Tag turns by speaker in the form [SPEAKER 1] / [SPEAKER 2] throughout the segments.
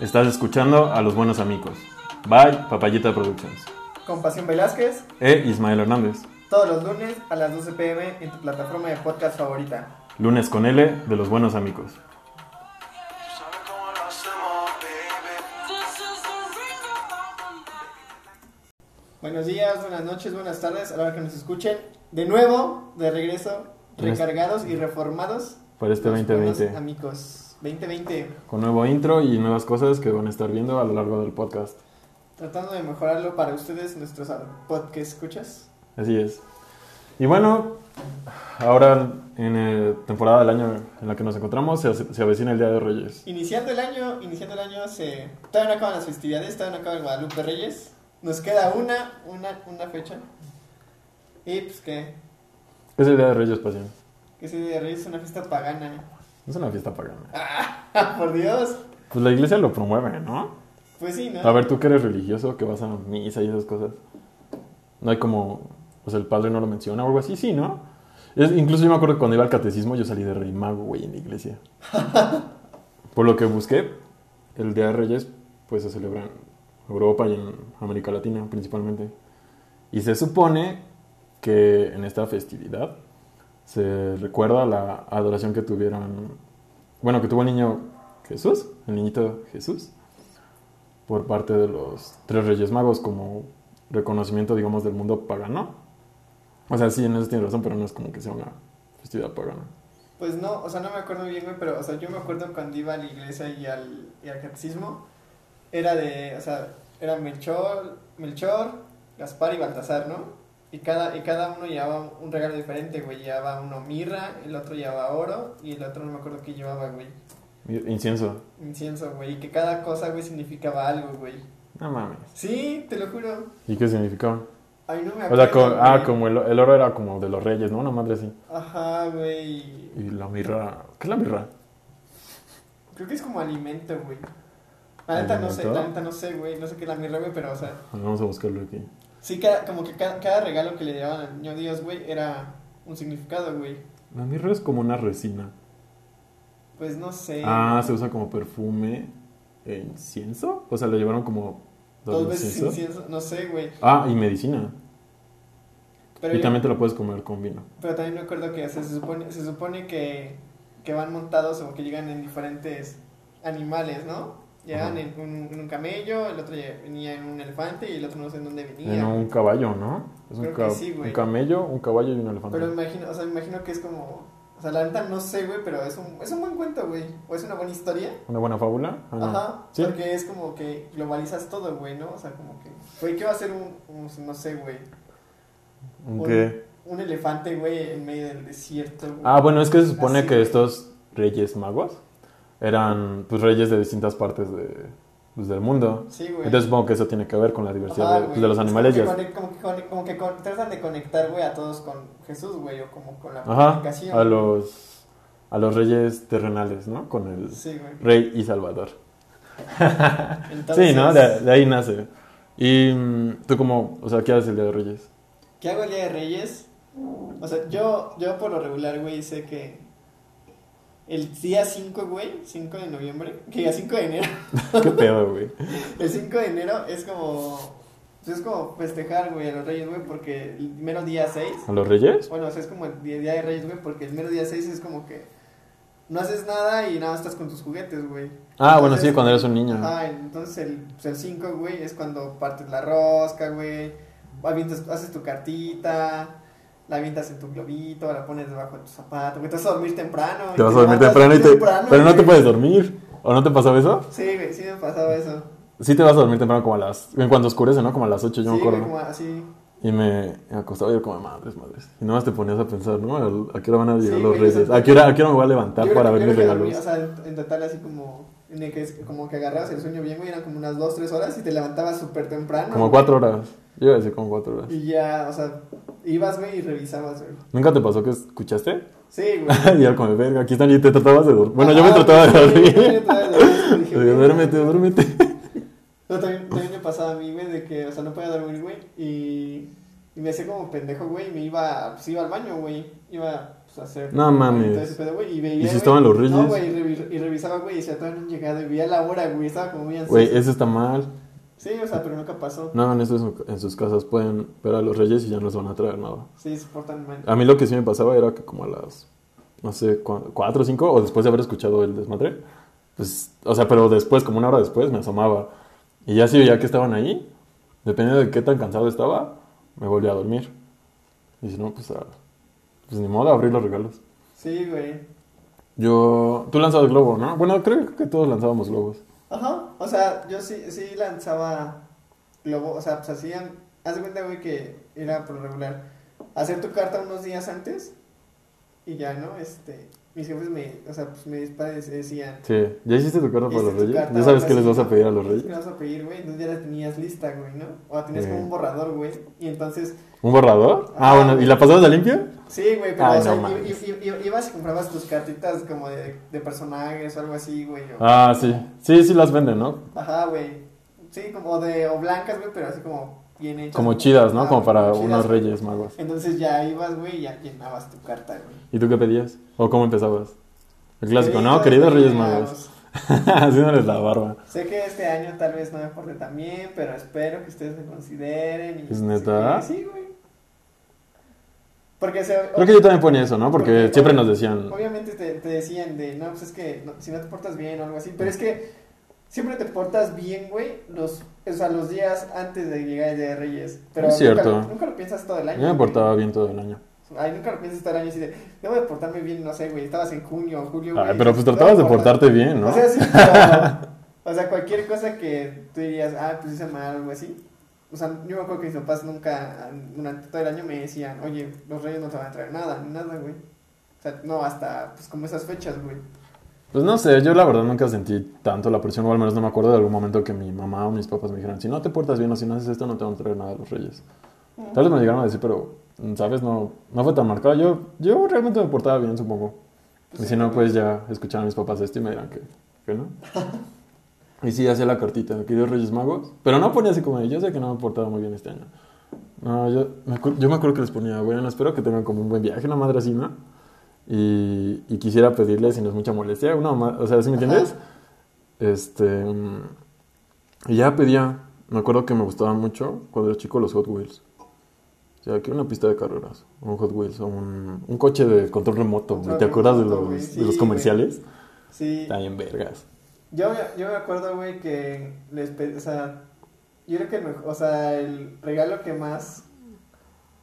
[SPEAKER 1] Estás escuchando a los buenos amigos. Bye, Papayita Productions.
[SPEAKER 2] Con Pasión Velázquez,
[SPEAKER 1] E Ismael Hernández.
[SPEAKER 2] todos los lunes a las 12 pm en tu plataforma de podcast favorita.
[SPEAKER 1] Lunes con L de los buenos amigos.
[SPEAKER 3] Tú sabes cómo lo hacemos, baby.
[SPEAKER 2] Buenos días, buenas noches, buenas tardes, a la hora que nos escuchen. De nuevo, de regreso, recargados y reformados.
[SPEAKER 1] Para este
[SPEAKER 2] los
[SPEAKER 1] 2020.
[SPEAKER 2] buenos Amigos, 2020,
[SPEAKER 1] Con nuevo intro y nuevas cosas que van a estar viendo a lo largo del podcast.
[SPEAKER 2] tratando de mejorarlo para ustedes, nuestros podcast escuchas.
[SPEAKER 1] Así es. Y bueno, ahora en eh, temporada del año en la que nos encontramos se, ace- se avecina el Día de Reyes.
[SPEAKER 2] Iniciando el año, iniciando el año, se... todavía no acaban las festividades, todavía no acaba el Guadalupe Reyes. Nos queda una, una, una fecha. Y pues que,
[SPEAKER 1] Es el Día de Reyes, pasión.
[SPEAKER 2] que ese día de Reyes es una fiesta pagana. ¿eh?
[SPEAKER 1] Es una fiesta pagana.
[SPEAKER 2] Por Dios.
[SPEAKER 1] Pues la iglesia lo promueve, ¿no?
[SPEAKER 2] Pues sí, ¿no?
[SPEAKER 1] A ver, tú que eres religioso, que vas a misa y esas cosas. No hay como. Pues el padre no lo menciona o algo así, sí, ¿no? Es, incluso yo me acuerdo que cuando iba al catecismo yo salí de rey mago, güey, en la iglesia. Por lo que busqué, el Día de Reyes, pues se celebra en Europa y en América Latina principalmente. Y se supone que en esta festividad se recuerda la adoración que tuvieron. Bueno, que tuvo el niño Jesús, el niñito Jesús por parte de los tres reyes magos como reconocimiento, digamos, del mundo pagano. O sea, sí, en eso tiene razón, pero no es como que sea una festividad pagana.
[SPEAKER 2] Pues no, o sea, no me acuerdo bien, güey, pero, o sea, yo me acuerdo cuando iba a la iglesia y al, y al catecismo, era de, o sea, era Melchor, Melchor, Gaspar y Baltasar, ¿no? Y cada, y cada uno llevaba un regalo diferente, güey, llevaba uno mirra, el otro llevaba oro y el otro no me acuerdo qué llevaba, güey,
[SPEAKER 1] Incienso.
[SPEAKER 2] incienso, güey, y que cada cosa, güey, significaba algo, güey.
[SPEAKER 1] No mames.
[SPEAKER 2] Sí, te lo juro.
[SPEAKER 1] ¿Y qué significaba?
[SPEAKER 2] Ay, no me
[SPEAKER 1] O
[SPEAKER 2] acuerdo.
[SPEAKER 1] sea, co- ah,
[SPEAKER 2] güey.
[SPEAKER 1] como el, el oro era como de los reyes, ¿no? Una madre así.
[SPEAKER 2] Ajá, güey.
[SPEAKER 1] Y la mirra... ¿Qué es la mirra?
[SPEAKER 2] Creo que es como alimento, güey. La neta no sé,
[SPEAKER 1] ¿Alimento?
[SPEAKER 2] la neta no sé, güey. No sé qué es la mirra, güey, pero, o sea,
[SPEAKER 1] A ver, Vamos a buscarlo aquí.
[SPEAKER 2] sí, cada, como que cada, cada regalo que le daban al niño Dios, güey, era un significado, güey.
[SPEAKER 1] La mirra es como una resina.
[SPEAKER 2] Pues no sé.
[SPEAKER 1] Ah, se usa como perfume e incienso. O sea, le llevaron como
[SPEAKER 2] dos veces incienso, no sé, güey.
[SPEAKER 1] Ah, y medicina.
[SPEAKER 2] Pero,
[SPEAKER 1] y
[SPEAKER 2] yo-
[SPEAKER 1] también te lo puedes comer con vino.
[SPEAKER 2] pero también me acuerdo que o sea, se supone, se supone que, que van montados o que llegan en diferentes animales, ¿no? Llegan
[SPEAKER 1] Ajá.
[SPEAKER 2] en un, en un camello, el otro lle- venía en un elefante y el otro no sé en dónde venía.
[SPEAKER 1] En un caballo, ¿no? Es un,
[SPEAKER 2] Creo
[SPEAKER 1] ca-
[SPEAKER 2] que sí, güey.
[SPEAKER 1] un camello, un caballo y un elefante.
[SPEAKER 2] Pero me imagino, o sea, me imagino que es como. O sea, la neta no sé, güey, pero es un, es un buen cuento, güey. O es una buena historia.
[SPEAKER 1] ¿Una buena fábula? Ah, no.
[SPEAKER 2] Ajá.
[SPEAKER 1] ¿Sí?
[SPEAKER 2] Porque es como que globalizas todo, güey, ¿no? O sea, como que. Güey, ¿qué va a ser un. un- no sé, güey.
[SPEAKER 1] ¿Un
[SPEAKER 2] Un-
[SPEAKER 1] qué?
[SPEAKER 2] Un, elefante, güey, en medio del desierto, güey.
[SPEAKER 1] Ah, bueno, es que se supone
[SPEAKER 2] Así,
[SPEAKER 1] que
[SPEAKER 2] güey.
[SPEAKER 1] estos reyes magos eran pues, reyes de distintas partes de, pues, del mundo.
[SPEAKER 2] Sí, güey.
[SPEAKER 1] Entonces supongo que eso tiene que ver con la diversidad
[SPEAKER 2] Ajá,
[SPEAKER 1] de, pues,
[SPEAKER 2] güey.
[SPEAKER 1] de los
[SPEAKER 2] Es
[SPEAKER 1] animales.
[SPEAKER 2] Como
[SPEAKER 1] y
[SPEAKER 2] que,
[SPEAKER 1] as-
[SPEAKER 2] conect- como que, con- como que con- tratan de conectar, güey, a todos con Jesús, güey, o como con la comunicación.
[SPEAKER 1] Ajá, a los, a los reyes terrenales, ¿no? Con el
[SPEAKER 2] Sí, güey.
[SPEAKER 1] rey y salvador.
[SPEAKER 2] Entonces,
[SPEAKER 1] sí, ¿no? De, de ahí nace. ¿Y mm, tú cómo, o sea, qué haces el Día de Reyes?
[SPEAKER 2] ¿Qué hago el día de Reyes? O sea, yo, yo por lo regular, güey, sé que el día 5, güey, 5 de noviembre, que ya 5 de enero,
[SPEAKER 1] ¿Qué pedo, güey?
[SPEAKER 2] el 5 de enero es como, pues es como festejar, güey, a los Reyes, güey, porque el mero día 6,
[SPEAKER 1] ¿A los reyes?
[SPEAKER 2] bueno, o sea, es como el día, día de Reyes, güey, porque el mero día 6 es como que no haces nada y nada, más estás con tus juguetes, güey.
[SPEAKER 1] Ah, bueno,
[SPEAKER 2] Entonces-
[SPEAKER 1] sí, cuando eres un niño.
[SPEAKER 2] Ajá, entonces el pues, el 5, güey, es cuando partes la rosca, güey. avientas- haces tu cartita, la avientas en tu globito, la pones debajo de tu zapato, güey. Te vas a dormir temprano.
[SPEAKER 1] Te vas a dormir
[SPEAKER 2] levantas
[SPEAKER 1] temprano y te...
[SPEAKER 2] temprano,
[SPEAKER 1] Pero no te
[SPEAKER 2] güey.
[SPEAKER 1] puedes dormir. ¿O no te pasaba eso?
[SPEAKER 2] Sí, güey, sí me pasaba eso.
[SPEAKER 1] Sí te vas a dormir temprano como a las... En cuanto oscurece, ¿no? Como a las 8, yo
[SPEAKER 2] sí,
[SPEAKER 1] me acuerdo.
[SPEAKER 2] güey, como así.
[SPEAKER 1] Y me me acostaba yo como, madres, madres. Y nomás te ponías a pensar, ¿no? Al- ¿A qué hora van a llegar
[SPEAKER 2] Sí,
[SPEAKER 1] los
[SPEAKER 2] güey,
[SPEAKER 1] reyes?
[SPEAKER 2] eso-
[SPEAKER 1] ¿A qué, hora, ¿A qué hora me voy a
[SPEAKER 2] Yo
[SPEAKER 1] levantar
[SPEAKER 2] creo
[SPEAKER 1] para
[SPEAKER 2] que-
[SPEAKER 1] ver
[SPEAKER 2] yo
[SPEAKER 1] mis
[SPEAKER 2] creo que dormía,
[SPEAKER 1] regalos?
[SPEAKER 2] O sea, en, en total así como... En el que, es- como que agarrabas el sueño bien, güey, eran como unas 2, 3 horas y te levantabas súper temprano.
[SPEAKER 1] Como
[SPEAKER 2] güey.
[SPEAKER 1] cuatro horas. Yo iba a decir como cuatro horas.
[SPEAKER 2] Y ya, o sea, ibas, güey, y revisabas, güey.
[SPEAKER 1] ¿Nunca te pasó que escuchaste?
[SPEAKER 2] Sí, güey.
[SPEAKER 1] y al comer, verga, aquí están y te tratabas de dormir. Bueno, yo me
[SPEAKER 2] Ajá,
[SPEAKER 1] trataba de
[SPEAKER 2] güey, Ah, sí, yo me
[SPEAKER 1] dormir.
[SPEAKER 2] trataba de dormir, dije,
[SPEAKER 1] Oye,
[SPEAKER 2] güey,
[SPEAKER 1] duérmete, duérmete.
[SPEAKER 2] Pero también, también me pasaba a mí, güey, de que, o sea, no podía dormir, güey, y, y me hacía como pendejo, güey, y me iba, pues iba al baño, güey, iba, pues, hacer.
[SPEAKER 1] No mames.
[SPEAKER 2] todo ese pedo, güey, y veía,
[SPEAKER 1] ¿Y si
[SPEAKER 2] güey,
[SPEAKER 1] estaban los reyes?
[SPEAKER 2] No, güey, y, revi- y revisaba, güey, y se todavía no han llegado. Y veía la hora, güey, estaba como muy ansioso.
[SPEAKER 1] Güey, eso está mal.
[SPEAKER 2] Sí, o sea, pero nunca pasó.
[SPEAKER 1] No hagan eso en su- en sus casas. Pueden ver a los reyes y ya no les van a traer nada.
[SPEAKER 2] Sí, se portan mal.
[SPEAKER 1] A mí lo que sí me pasaba era que como a las, no sé, cua- cuatro o cinco, o después de haber escuchado el desmadre, pues, o sea, pero después, como una hora después, me asomaba. Y ya sí veía que estaban ahí, dependiendo de qué tan cansado estaba, me volvía a dormir. Y si no, pues, a- pues ni modo, abrir los regalos.
[SPEAKER 2] Sí, güey.
[SPEAKER 1] Yo, tú lanzabas globo, ¿no? Bueno, creo que todos lanzábamos globos.
[SPEAKER 2] Ajá, o sea, yo sí, sí lanzaba globo, o sea, pues hacían, haz de cuenta, güey, que era por lo regular, hacer tu carta unos días antes y ya, ¿no? Este, mis jefes me, o sea, pues mis padres decían...
[SPEAKER 1] Sí, ¿ya hiciste tu carta para
[SPEAKER 2] "Esta
[SPEAKER 1] los
[SPEAKER 2] es tu
[SPEAKER 1] reyes?
[SPEAKER 2] carta,
[SPEAKER 1] ¿Ya sabes
[SPEAKER 2] ahora
[SPEAKER 1] qué les
[SPEAKER 2] sí,
[SPEAKER 1] vas a
[SPEAKER 2] ¿no?
[SPEAKER 1] pedir a los
[SPEAKER 2] ¿Qué les
[SPEAKER 1] reyes? Eh.
[SPEAKER 2] vas a pedir, güey? Entonces ya la tenías lista, güey, ¿no? O la tenías como
[SPEAKER 1] Sí.
[SPEAKER 2] un borrador, güey, y entonces...
[SPEAKER 1] ¿Un borrador? Ah, bueno, ¿y la pasabas a limpio?
[SPEAKER 2] Sí, güey, pero,
[SPEAKER 1] Ay,
[SPEAKER 2] o sea,
[SPEAKER 1] Ah, no
[SPEAKER 2] i-
[SPEAKER 1] mames.
[SPEAKER 2] i- i- ibas y comprabas tus cartitas como de, de personajes o algo así, güey, o-
[SPEAKER 1] Ah, sí. Sí, sí las venden, ¿no?
[SPEAKER 2] Ajá, güey. Sí, como de, o blancas, güey, pero así como bien hechas.
[SPEAKER 1] Como chidas, ¿no?
[SPEAKER 2] Ah,
[SPEAKER 1] Como para
[SPEAKER 2] chidas,
[SPEAKER 1] unos
[SPEAKER 2] güey.
[SPEAKER 1] reyes magos.
[SPEAKER 2] Entonces ya ibas, güey, y ya llenabas tu carta, güey.
[SPEAKER 1] ¿Y tú qué pedías? ¿O cómo empezabas? El clásico, ¿no?
[SPEAKER 2] Queridos
[SPEAKER 1] Queridos Reyes Magos. Haciéndoles la barba.
[SPEAKER 2] Sé que este año tal vez no me porte tan bien, pero espero que ustedes me consideren. Y
[SPEAKER 1] ¿Es neta?
[SPEAKER 2] Sí, güey. Porque se...
[SPEAKER 1] Creo que yo también ponía eso, ¿no? Porque
[SPEAKER 2] Porque-
[SPEAKER 1] siempre nos decían...
[SPEAKER 2] Obviamente te, te decían de, no, pues es que no- si no te portas bien o algo así, pero es que siempre te portas bien, güey, los, o sea, los días antes de llegar el Día de Reyes. Pero
[SPEAKER 1] Es cierto.
[SPEAKER 2] Nunca, nunca lo piensas todo el
[SPEAKER 1] Yo
[SPEAKER 2] año.
[SPEAKER 1] me
[SPEAKER 2] güey.
[SPEAKER 1] "Eh, portaba bien todo el año.
[SPEAKER 2] Ay, nunca lo piensas todo el año así de, debo de portarme bien, no sé, güey, estabas en junio o julio,
[SPEAKER 1] Ay,
[SPEAKER 2] güey,
[SPEAKER 1] pero pues
[SPEAKER 2] no
[SPEAKER 1] tratabas de
[SPEAKER 2] importa.
[SPEAKER 1] portarte bien, ¿no?
[SPEAKER 2] O sea, sí, pero, o sea, cualquier cosa que tú dirías, ah, pues hice mal o algo así. O sea, yo me acuerdo que mis papás nunca, durante todo el año me decían, oye, los reyes no te van a traer nada, ni nada, güey. O sea, no, hasta, pues como esas fechas, güey.
[SPEAKER 1] Pues no sé, yo la verdad nunca sentí tanto la presión, o al menos no me acuerdo de algún momento que mi mamá o mis papás me dijeran, si no te portas bien o si no haces esto, no te van a traer nada a los reyes.
[SPEAKER 2] Mm.
[SPEAKER 1] Tal vez me llegaron a decir, pero, ¿sabes? No, no fue tan marcado. Yo, yo realmente me portaba bien, supongo.
[SPEAKER 2] Pues
[SPEAKER 1] y si
[SPEAKER 2] sí,
[SPEAKER 1] no,
[SPEAKER 2] güey.
[SPEAKER 1] pues ya escucharon mis papás esto y me dirán que, que no. y sí, hacía la cartita, queridos Reyes Magos. Pero no ponía así como, de, yo sé que no me he portado muy bien este año. No, yo me, acu- yo me acuerdo que les ponía, bueno, espero que tengan como un buen viaje, una madre así, ¿no? Y, y quisiera pedirles, si no es mucha molestia, una ma- o sea, ¿sí me
[SPEAKER 2] Ajá.
[SPEAKER 1] entiendes? Este. mm, Y ya pedía, me acuerdo que me gustaban mucho cuando era chico los Hot Wheels. O sea, quiero una pista de carreras, un Hot Wheels, o un, un coche de control remoto. güey.
[SPEAKER 2] Control
[SPEAKER 1] ¿Te acuerdas de
[SPEAKER 2] remoto,
[SPEAKER 1] los,
[SPEAKER 2] güey.
[SPEAKER 1] de los
[SPEAKER 2] Sí,
[SPEAKER 1] comerciales?
[SPEAKER 2] Sí,
[SPEAKER 1] También vergas.
[SPEAKER 2] yo, me- yo me acuerdo, güey, que les pedí, o sea, yo creo que el mejor, o sea, el regalo que más,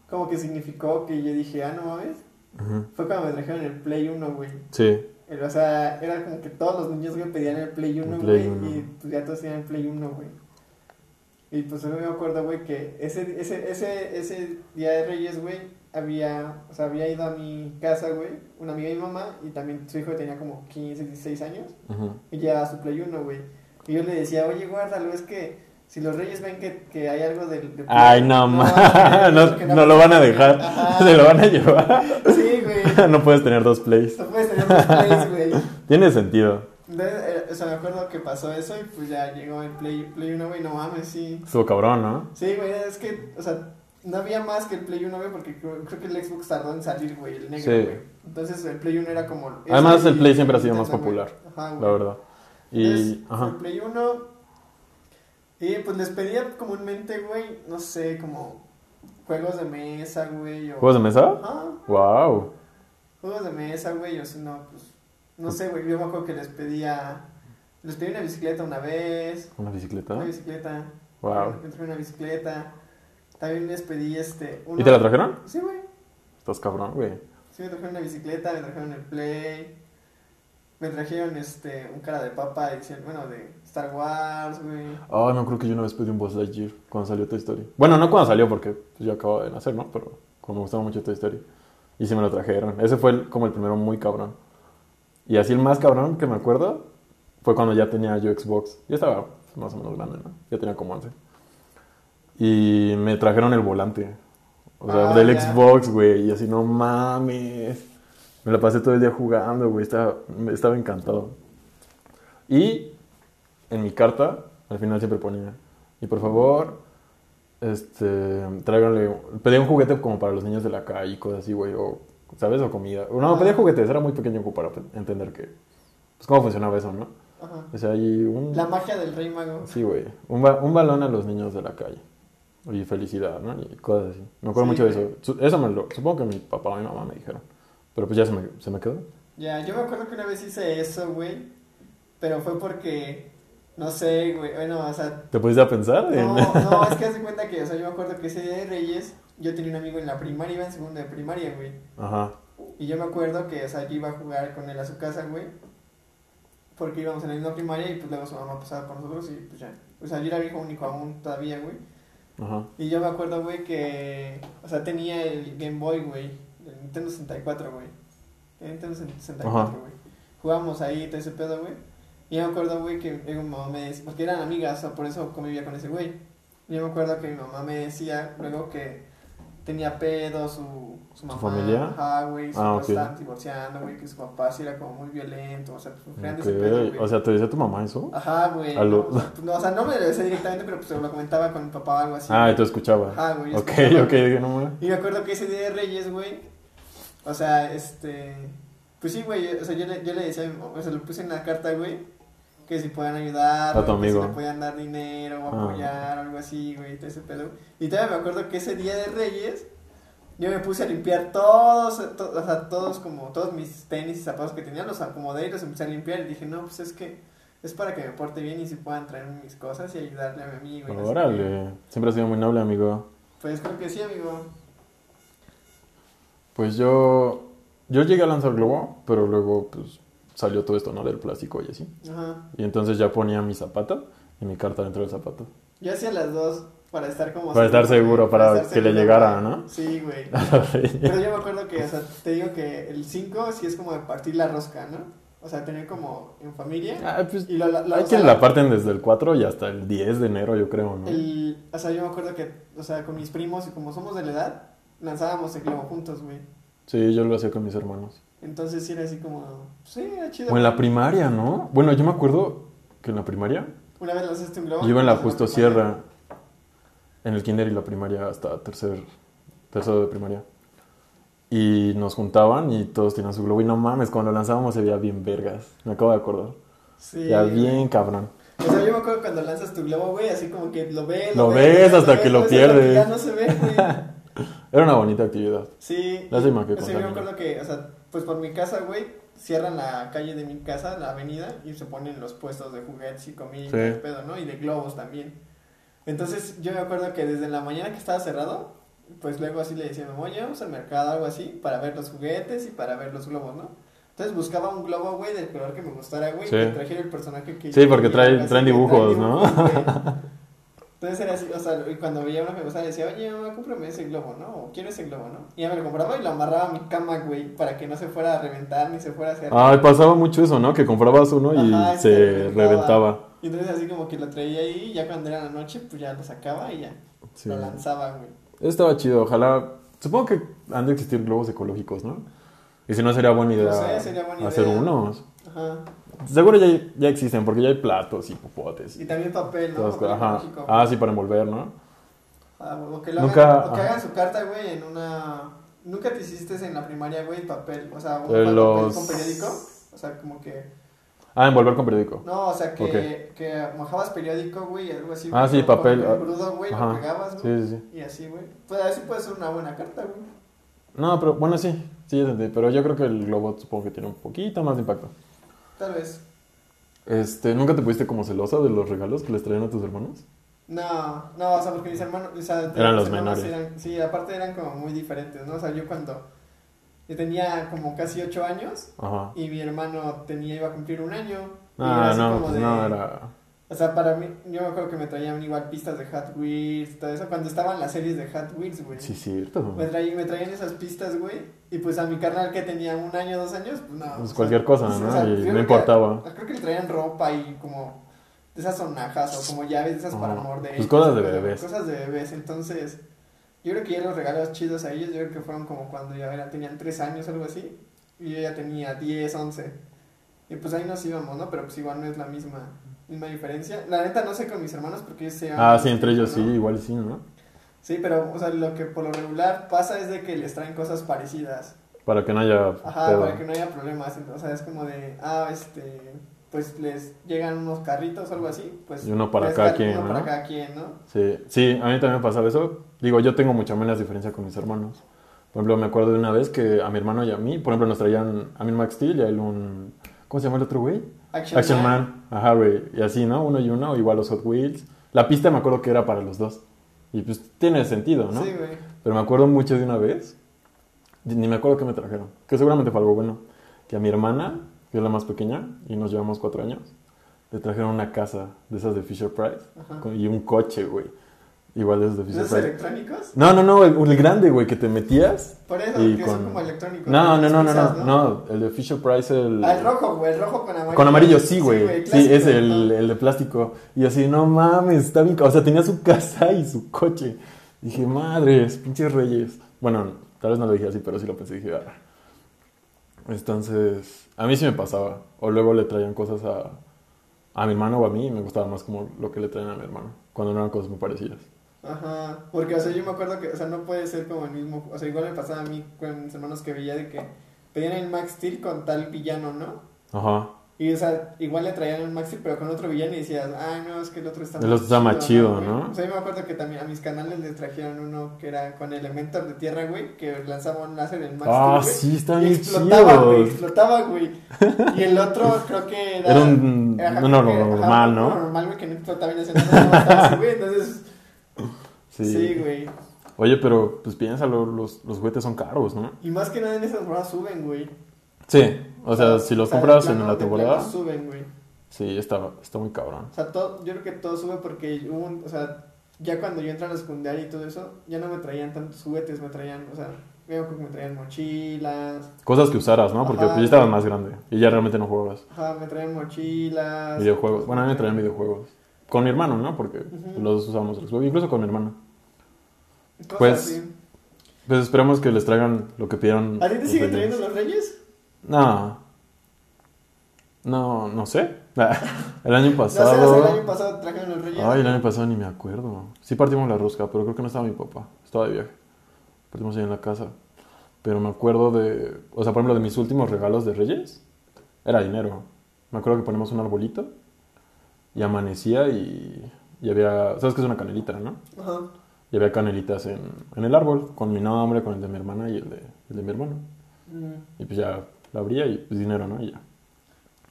[SPEAKER 2] como que significó que yo dije, ah, no mames,
[SPEAKER 1] Ajá.
[SPEAKER 2] fue cuando me trajeron el Play 1, güey.
[SPEAKER 1] Sí,
[SPEAKER 2] El- O sea, era como que todos los niños, güey, pedían el Play 1,
[SPEAKER 1] El
[SPEAKER 2] güey,
[SPEAKER 1] Play uno.
[SPEAKER 2] y pues ya todos tenían el Play 1, güey. Y pues yo me acuerdo, güey, que ese, ese, ese, ese día de Reyes, güey, había, o sea, había ido a mi casa, güey, una amiga de mi mamá, y también su hijo tenía como 15, 16 años,
[SPEAKER 1] ajá.
[SPEAKER 2] y llevaba su Play 1, güey. Y yo le decía, oye, guárdalo, es que si los Reyes ven que, que hay algo del... de Play,
[SPEAKER 1] Ay, no,
[SPEAKER 2] van
[SPEAKER 1] ma-
[SPEAKER 2] a-
[SPEAKER 1] no,
[SPEAKER 2] porque
[SPEAKER 1] no lo van a dejar.
[SPEAKER 2] Ajá.
[SPEAKER 1] Se lo van a llevar.
[SPEAKER 2] Sí, güey.
[SPEAKER 1] no puedes tener dos plays.
[SPEAKER 2] No puedes tener los Plays, güey.
[SPEAKER 1] Tiene sentido.
[SPEAKER 2] Entonces, eh, o sea, me acuerdo que pasó eso y pues ya llegó el Play, Play 1, güey, no mames, sí.
[SPEAKER 1] Estuvo cabrón, ¿no?
[SPEAKER 2] Sí, güey, es que, o sea, no había más que el Play 1, güey, porque creo, creo que el Xbox tardó en salir, güey, el negro,
[SPEAKER 1] Sí.
[SPEAKER 2] güey. Entonces el Play 1 era como...
[SPEAKER 1] Además,
[SPEAKER 2] ese
[SPEAKER 1] el
[SPEAKER 2] y-
[SPEAKER 1] Play siempre ha sido
[SPEAKER 2] y
[SPEAKER 1] más
[SPEAKER 2] Nintendo,
[SPEAKER 1] popular,
[SPEAKER 2] güey. Ajá,
[SPEAKER 1] La
[SPEAKER 2] güey.
[SPEAKER 1] verdad.
[SPEAKER 2] Entonces,
[SPEAKER 1] Y,
[SPEAKER 2] fue
[SPEAKER 1] ajá.
[SPEAKER 2] el Play 1... Y pues les pedía comúnmente, güey, no sé, como juegos de mesa, güey, o...
[SPEAKER 1] ¿Juegos de mesa?
[SPEAKER 2] Ajá,
[SPEAKER 1] ¡Wow!
[SPEAKER 2] Juegos de mesa, güey, o si no, pues. No sé, güey. Yo me acuerdo que les pedía. Les pedí una bicicleta una vez.
[SPEAKER 1] ¿Una bicicleta?
[SPEAKER 2] Una bicicleta.
[SPEAKER 1] ¡Wow!
[SPEAKER 2] Les pedí una bicicleta. También les pedí este.
[SPEAKER 1] ¿Y te la trajeron?
[SPEAKER 2] Sí, güey.
[SPEAKER 1] Estás cabrón, güey.
[SPEAKER 2] Sí, me trajeron una bicicleta, me trajeron el Play. Me trajeron este. Un cara de papa, edición, bueno, de Star Wars, güey.
[SPEAKER 1] Ah, no, creo que yo una vez pedí un Buzz Lightyear cuando salió Toy Story. Bueno, no cuando salió porque pues, yo acababa de nacer, ¿no? Pero como me gustaba mucho Toy Story. Y sí me lo trajeron. Ese fue el- como el primero muy cabrón. Y así el más cabrón que me acuerdo fue cuando ya tenía yo Xbox. Ya estaba pues, más o menos grande, ¿no? Ya tenía como 11. Y me trajeron el volante. O sea,
[SPEAKER 2] Ah,
[SPEAKER 1] del
[SPEAKER 2] ya.
[SPEAKER 1] Xbox, güey. Y así, no mames. Me la pasé todo el día jugando, güey. Estaba, estaba encantado. Y en mi carta, al final siempre ponía, y por favor, este, tráiganle, pedía un juguete como para los niños de la calle y cosas así, güey, o ¿sabes? O comida. No, pedía juguetes, era muy pequeño como para entender que, pues, cómo funcionaba eso, ¿no?
[SPEAKER 2] Ajá.
[SPEAKER 1] O sea, hay un...
[SPEAKER 2] La magia del rey mago.
[SPEAKER 1] Sí, güey. Un, ba- un balón a los niños de la calle. Y felicidad, ¿no? Y cosas así. Me acuerdo
[SPEAKER 2] Sí,
[SPEAKER 1] mucho de eso.
[SPEAKER 2] güey.
[SPEAKER 1] Su- Eso me lo... Supongo que mi papá o mi mamá me dijeron. Pero pues ya se me, se me quedó.
[SPEAKER 2] Ya, yo me acuerdo que una vez hice eso, güey. Pero fue porque, no sé, güey. Bueno, o sea,
[SPEAKER 1] ¿Te pusiste a pensar? en-
[SPEAKER 2] No, no, es que hace cuenta que, o sea, yo me acuerdo que ese día de Reyes, yo tenía un amigo en la primaria, iba en segundo de primaria, güey.
[SPEAKER 1] Ajá.
[SPEAKER 2] Y yo me acuerdo que, o sea, yo iba a jugar con él a su casa, güey. Porque íbamos en la misma primaria y pues luego su mamá pasaba por nosotros y pues ya. O sea, yo era hijo único aún todavía, güey.
[SPEAKER 1] Ajá.
[SPEAKER 2] Y yo me acuerdo, güey, que, o sea, tenía el Game Boy, güey. El Nintendo 64, güey. El Nintendo 64,
[SPEAKER 1] Ajá.
[SPEAKER 2] güey. Jugábamos ahí, todo ese pedo, güey. Y yo me acuerdo, güey, que luego mi mamá me decía, porque eran amigas, o sea, por eso convivía con ese güey. Y Yo me acuerdo que mi mamá me decía luego que tenía pedo su, su mamá.
[SPEAKER 1] familia?
[SPEAKER 2] Ajá, güey, su
[SPEAKER 1] Ah,
[SPEAKER 2] papá
[SPEAKER 1] ok.
[SPEAKER 2] estaban divorciando, güey, que su papá sí era como muy violento, o sea, pues, fue grande ese
[SPEAKER 1] Ok.
[SPEAKER 2] pedo, güey.
[SPEAKER 1] O sea, ¿te decía tu mamá eso?
[SPEAKER 2] Ajá, güey.
[SPEAKER 1] A lo-
[SPEAKER 2] No, o sea, pues, no, o sea, no me lo decía directamente, pero pues se lo comentaba con mi papá o algo así.
[SPEAKER 1] ah,
[SPEAKER 2] güey.
[SPEAKER 1] y tú escuchabas.
[SPEAKER 2] Ajá, güey, yo
[SPEAKER 1] Ok,
[SPEAKER 2] escuchaba.
[SPEAKER 1] ok. Dije, no, mames.
[SPEAKER 2] Y me acuerdo que ese día de Reyes, güey. O sea, este. Pues sí, güey. O sea, yo le, yo le decía, a mi mamá, o sea, le puse en la carta, güey. Que si podían ayudar,
[SPEAKER 1] A tu
[SPEAKER 2] o que si
[SPEAKER 1] amigo.
[SPEAKER 2] le podían dar dinero, o
[SPEAKER 1] Ah.
[SPEAKER 2] apoyar, o algo así, güey, todo ese pedo. Y todavía me acuerdo que ese día de Reyes, yo me puse a limpiar todos, to- o sea, todos como, todos mis tenis y zapatos que tenía, los acomodé y los empecé a limpiar. Y dije, no, pues es que es para que me porte bien y si puedan traer mis cosas y ayudarle a mi amigo. y no sé qué.
[SPEAKER 1] Órale. Siempre has sido muy noble, amigo.
[SPEAKER 2] Pues creo que sí, amigo.
[SPEAKER 1] Pues yo... Yo llegué a lanzar globo, pero luego, pues, salió todo esto, ¿no? Del plástico y así.
[SPEAKER 2] Ajá.
[SPEAKER 1] Y entonces ya ponía mi zapato y mi carta dentro del zapato.
[SPEAKER 2] Yo hacía las dos para estar como...
[SPEAKER 1] Para estar seguro, para
[SPEAKER 2] estar
[SPEAKER 1] que le
[SPEAKER 2] seguro,
[SPEAKER 1] llegara,
[SPEAKER 2] güey.
[SPEAKER 1] ¿no?
[SPEAKER 2] Sí, güey.
[SPEAKER 1] A la feria.
[SPEAKER 2] Pero yo me acuerdo que, o sea, te digo que el 5 sí es como de partir la rosca, ¿no? O sea, tener como en familia.
[SPEAKER 1] Ah, pues,
[SPEAKER 2] Y la, la, la-
[SPEAKER 1] hay
[SPEAKER 2] o sea,
[SPEAKER 1] quien la parten desde el 4 y hasta el 10 de enero, yo creo, ¿no?
[SPEAKER 2] el- O sea, yo me acuerdo que, o sea, con mis primos y como somos de la edad, lanzábamos el globo juntos, güey.
[SPEAKER 1] Sí, yo lo hacía con mis hermanos.
[SPEAKER 2] Entonces sí era así como... pues Sí, era chido.
[SPEAKER 1] O en la primaria, ¿no? Bueno, yo me acuerdo que en la primaria
[SPEAKER 2] Una vez lanzaste un globo.
[SPEAKER 1] yo iba en la
[SPEAKER 2] entonces,
[SPEAKER 1] Justo Sierra, en el kinder y la primaria hasta tercer, tercero de primaria. Y nos juntaban y todos tenían su globo. Y no mames, cuando lo lanzábamos se veía bien vergas. Me acabo de acordar.
[SPEAKER 2] Sí.
[SPEAKER 1] ya
[SPEAKER 2] güey.
[SPEAKER 1] bien cabrón.
[SPEAKER 2] O sea, yo me acuerdo cuando lanzas tu globo, güey, así como que lo ves...
[SPEAKER 1] Lo ves hasta que lo
[SPEAKER 2] ves, hasta
[SPEAKER 1] pierdes.
[SPEAKER 2] Ya no se ve, güey.
[SPEAKER 1] Era una bonita actividad.
[SPEAKER 2] Sí.
[SPEAKER 1] Lástima que
[SPEAKER 2] O sea, yo me
[SPEAKER 1] contamina.
[SPEAKER 2] acuerdo que, o sea, pues por mi casa, güey, cierran la calle de mi casa, la avenida, y se ponen los puestos de juguetes y comida y
[SPEAKER 1] Sí.
[SPEAKER 2] todo el pedo, ¿no? Y de globos también. Entonces, yo me acuerdo que desde la mañana que estaba cerrado, pues luego así le decían, oye, vamos al mercado, algo así, para ver los juguetes y para ver los globos, ¿no? Entonces buscaba un globo, güey, del color que me gustara, güey,
[SPEAKER 1] Sí.
[SPEAKER 2] que trajera el personaje que
[SPEAKER 1] Sí,
[SPEAKER 2] yo
[SPEAKER 1] porque
[SPEAKER 2] quería,
[SPEAKER 1] traen-
[SPEAKER 2] así
[SPEAKER 1] traen
[SPEAKER 2] que
[SPEAKER 1] dibujos, ¿no?
[SPEAKER 2] dibujos, güey. Entonces era así, o sea, y cuando veía uno que me gustaba decía, oye, mamá, cómprame ese globo, ¿no? O quiero ese globo, ¿no? Y ya me lo compraba y lo amarraba a mi cama, güey, para que no se fuera a reventar ni se fuera a hacer.
[SPEAKER 1] Ay, pasaba mucho eso, Ah, ¿no? Que comprabas uno y
[SPEAKER 2] Ajá, y se
[SPEAKER 1] se
[SPEAKER 2] reventaba.
[SPEAKER 1] reventaba.
[SPEAKER 2] Y entonces así como que lo traía ahí y ya cuando era la noche, pues ya lo sacaba y ya
[SPEAKER 1] Sí.
[SPEAKER 2] lo lanzaba, güey.
[SPEAKER 1] Estaba chido, ojalá. Supongo que han de existir globos ecológicos, ¿no? Y si no, sería buena
[SPEAKER 2] No
[SPEAKER 1] idea
[SPEAKER 2] sé, sería buena
[SPEAKER 1] hacer
[SPEAKER 2] idea.
[SPEAKER 1] unos.
[SPEAKER 2] Ajá.
[SPEAKER 1] Seguro ya, ya existen, porque ya hay platos y popotes.
[SPEAKER 2] Y
[SPEAKER 1] Y
[SPEAKER 2] también papel, ¿no?
[SPEAKER 1] todas
[SPEAKER 2] Papel
[SPEAKER 1] cosas. Ajá.
[SPEAKER 2] ecológico, güey.
[SPEAKER 1] Ah, sí, para envolver, ¿no?
[SPEAKER 2] Ah, güey, o que, lo
[SPEAKER 1] Nunca-
[SPEAKER 2] hagan, o que
[SPEAKER 1] ajá.
[SPEAKER 2] hagan su carta, güey, en una... Nunca te hiciste en la primaria, güey, papel, o sea, un
[SPEAKER 1] Eh,
[SPEAKER 2] papel
[SPEAKER 1] los-
[SPEAKER 2] con periódico, o sea, como que...
[SPEAKER 1] Ah, envolver con periódico.
[SPEAKER 2] No, o sea, que,
[SPEAKER 1] Ok.
[SPEAKER 2] que mojabas periódico, güey, algo así.
[SPEAKER 1] Ah,
[SPEAKER 2] güey,
[SPEAKER 1] sí,
[SPEAKER 2] con- con
[SPEAKER 1] papel,
[SPEAKER 2] papel
[SPEAKER 1] ah,
[SPEAKER 2] crudo, güey, lo
[SPEAKER 1] ajá.
[SPEAKER 2] pegabas, güey.
[SPEAKER 1] Sí, sí, sí.
[SPEAKER 2] Y así, güey. Pues así puede ser una buena carta, güey.
[SPEAKER 1] No, pero bueno, sí. Sí, ya entendí. Pero yo creo que el globo supongo que tiene un poquito más de impacto.
[SPEAKER 2] Tal vez.
[SPEAKER 1] Este, ¿nunca te pusiste como celosa de los regalos que les traían a tus hermanos?
[SPEAKER 2] No, no, o sea, porque mis hermanos. O sea,
[SPEAKER 1] Eran los
[SPEAKER 2] mis hermanos
[SPEAKER 1] menores.
[SPEAKER 2] eran- sí, aparte eran como muy diferentes, ¿no? O sea, yo cuando. Yo tenía como casi 8 años
[SPEAKER 1] Ajá.
[SPEAKER 2] y mi hermano tenía, iba a cumplir un año. y era
[SPEAKER 1] Ah,
[SPEAKER 2] así
[SPEAKER 1] no,
[SPEAKER 2] como
[SPEAKER 1] pues
[SPEAKER 2] de-
[SPEAKER 1] no, era...
[SPEAKER 2] O sea, para mí, yo me acuerdo que me traían igual pistas de Hot Wheels y todo eso. Cuando estaban las series de Hot Wheels, güey.
[SPEAKER 1] Sí, cierto.
[SPEAKER 2] Me traían, me traían esas pistas, güey. Y pues a mi carnal que tenía un año, dos años, pues no.
[SPEAKER 1] Pues cualquier cosa, ¿no? Y
[SPEAKER 2] yo
[SPEAKER 1] no
[SPEAKER 2] creo que- pues,
[SPEAKER 1] importaba.
[SPEAKER 2] creo que le traían ropa y como de esas sonajas o como llaves, de esas para
[SPEAKER 1] Ajá.
[SPEAKER 2] morder.
[SPEAKER 1] Pues cosas de
[SPEAKER 2] Cosas-
[SPEAKER 1] bebés.
[SPEAKER 2] Cosas de bebés. Entonces, yo creo que ya los regalos chidos a ellos, yo creo que fueron como cuando ya era- tenían tres años o algo así. Y yo ya tenía 10, 11. Y pues ahí nos íbamos, ¿no? Pero pues igual no es la misma, misma diferencia. La neta no sé con mis hermanos porque ellos se
[SPEAKER 1] Ah,
[SPEAKER 2] llevan-
[SPEAKER 1] sí, entre ellos sí,
[SPEAKER 2] pues, ¿no?
[SPEAKER 1] igual sí, ¿no?
[SPEAKER 2] Sí, pero, o sea, lo que por lo regular pasa es de que les traen cosas parecidas.
[SPEAKER 1] Para que no haya.
[SPEAKER 2] Ajá,
[SPEAKER 1] pedo.
[SPEAKER 2] para que no haya problemas. O sea, es como de, ah, este, pues les llegan unos carritos o algo así, pues.
[SPEAKER 1] Y uno para
[SPEAKER 2] tres
[SPEAKER 1] cada
[SPEAKER 2] carri-
[SPEAKER 1] quien,
[SPEAKER 2] uno
[SPEAKER 1] ¿no?
[SPEAKER 2] para cada quien, ¿no?
[SPEAKER 1] Sí, sí, a mí también me pasaba eso. Digo, yo tengo mucha menos diferencia con mis hermanos. Por ejemplo, me acuerdo de una vez que a mi hermano y a mí, por ejemplo, nos traían a mí un Max Steel y a él un... ¿Cómo se llama el otro güey?
[SPEAKER 2] Action,
[SPEAKER 1] Action
[SPEAKER 2] Man.
[SPEAKER 1] Man. Ajá, güey. Y así, ¿no? Uno y uno, igual los Hot Wheels. La pista me acuerdo que era para los dos. Y pues tiene sentido, ¿no?
[SPEAKER 2] Sí, güey.
[SPEAKER 1] Pero me acuerdo mucho de una vez, ni me acuerdo qué me trajeron, que seguramente fue algo bueno, que a mi hermana, que es la más pequeña, y nos llevamos cuatro años, le trajeron una casa de esas de Fisher Price
[SPEAKER 2] Ajá.
[SPEAKER 1] con- y un coche, güey. Igual de esos de Fisher
[SPEAKER 2] ¿Esos
[SPEAKER 1] Price.
[SPEAKER 2] electrónicos?
[SPEAKER 1] No, no, no, el, el grande, güey, que te metías.
[SPEAKER 2] Por eso,
[SPEAKER 1] y
[SPEAKER 2] que
[SPEAKER 1] con-
[SPEAKER 2] son como electrónicos.
[SPEAKER 1] No, no, no, no,
[SPEAKER 2] Quizás,
[SPEAKER 1] no, no, el de Fisher Price, el...
[SPEAKER 2] Ah, el rojo, güey, el rojo con amarillo.
[SPEAKER 1] Con amarillo, sí, güey. Sí,
[SPEAKER 2] clásico,
[SPEAKER 1] es el, eh,
[SPEAKER 2] ¿no?
[SPEAKER 1] el de plástico. Y así, no mames, está bien. ca- O sea, tenía su casa y su coche. Dije, madres, pinches reyes. Bueno, tal vez no lo dije así, pero sí lo pensé. Dije, "Ah". Entonces, a mí sí me pasaba. O luego le traían cosas a, a mi hermano o a mí y me gustaba más como lo que le traían a mi hermano. Cuando no eran cosas muy parecidas.
[SPEAKER 2] Ajá, porque, o sea, yo me acuerdo que, o sea, no puede ser como el mismo, o sea, igual me pasaba a mí con mis hermanos que veía de que pedían el Max Steel con tal villano, ¿no?
[SPEAKER 1] Ajá.
[SPEAKER 2] Y, o sea, igual le traían el Max Steel, pero con otro villano y decías, ah, no, es que el otro está
[SPEAKER 1] El otro está más chido, ¿no?
[SPEAKER 2] O sea, yo me acuerdo que también a mis canales les trajeron uno que era con Elementor de tierra, güey, que lanzaba un láser en Max
[SPEAKER 1] Ah,
[SPEAKER 2] Steel, güey,
[SPEAKER 1] sí, está
[SPEAKER 2] y
[SPEAKER 1] bien
[SPEAKER 2] explotaba, güey,
[SPEAKER 1] chido.
[SPEAKER 2] explotaba, güey. Y el otro creo que era...
[SPEAKER 1] Era un-
[SPEAKER 2] ajá,
[SPEAKER 1] uno
[SPEAKER 2] creo que-
[SPEAKER 1] normal,
[SPEAKER 2] ajá,
[SPEAKER 1] ¿no?
[SPEAKER 2] uno normal, güey, que no explotaba y no hacía nada, nada más estaba así, güey, entonces... Sí, güey.
[SPEAKER 1] Oye, pero pues piénsalo, los, los juguetes son caros, ¿no?
[SPEAKER 2] Y más que nada en esas temporadas suben, güey.
[SPEAKER 1] Sí. O sea, si los
[SPEAKER 2] de
[SPEAKER 1] compras
[SPEAKER 2] plano-
[SPEAKER 1] en la
[SPEAKER 2] de plano
[SPEAKER 1] temporada,
[SPEAKER 2] Suben, güey.
[SPEAKER 1] sí, está, está muy cabrón.
[SPEAKER 2] O sea, todo, yo creo que todo sube porque hubo un, o sea, ya cuando yo entré a la secundaria y todo eso, ya no me traían tantos juguetes, me traían, o sea, veo que me traían mochilas,
[SPEAKER 1] Cosas que usaras, ¿no? Porque
[SPEAKER 2] Ajá.
[SPEAKER 1] pues, ya estabas más grande y ya realmente no jugabas.
[SPEAKER 2] ajá, me traían mochilas.
[SPEAKER 1] Videojuegos. Bueno, a mí me traían videojuegos. Con mi hermano, ¿no? Porque
[SPEAKER 2] Ujú.
[SPEAKER 1] los usábamos el Xbox, incluso con mi hermano.
[SPEAKER 2] Cosas
[SPEAKER 1] Pues,
[SPEAKER 2] así.
[SPEAKER 1] Pues esperemos que les traigan lo que pidieron.
[SPEAKER 2] ¿A ti te
[SPEAKER 1] los
[SPEAKER 2] siguen
[SPEAKER 1] reyes.
[SPEAKER 2] trayendo los reyes?
[SPEAKER 1] No. No, no sé. el año
[SPEAKER 2] No sé, o
[SPEAKER 1] pasado.
[SPEAKER 2] sea, el año pasado trajeron los reyes.
[SPEAKER 1] Ay, el año pasado ni me acuerdo. Sí partimos la rosca, pero creo que no estaba mi papá. Estaba de viaje. Partimos ahí en la casa. Pero me acuerdo de... O sea, por ejemplo, de mis últimos regalos de Reyes. Era dinero. Me acuerdo que ponemos un arbolito. Y amanecía y... Y había... ¿Sabes qué es una canelita, no?
[SPEAKER 2] Ajá.
[SPEAKER 1] Y había canelitas en, en el árbol. Con mi nombre, con el de mi hermana y el de, el de mi hermano.
[SPEAKER 2] Mm,
[SPEAKER 1] Y pues ya la abría y pues dinero, ¿no? Y ya.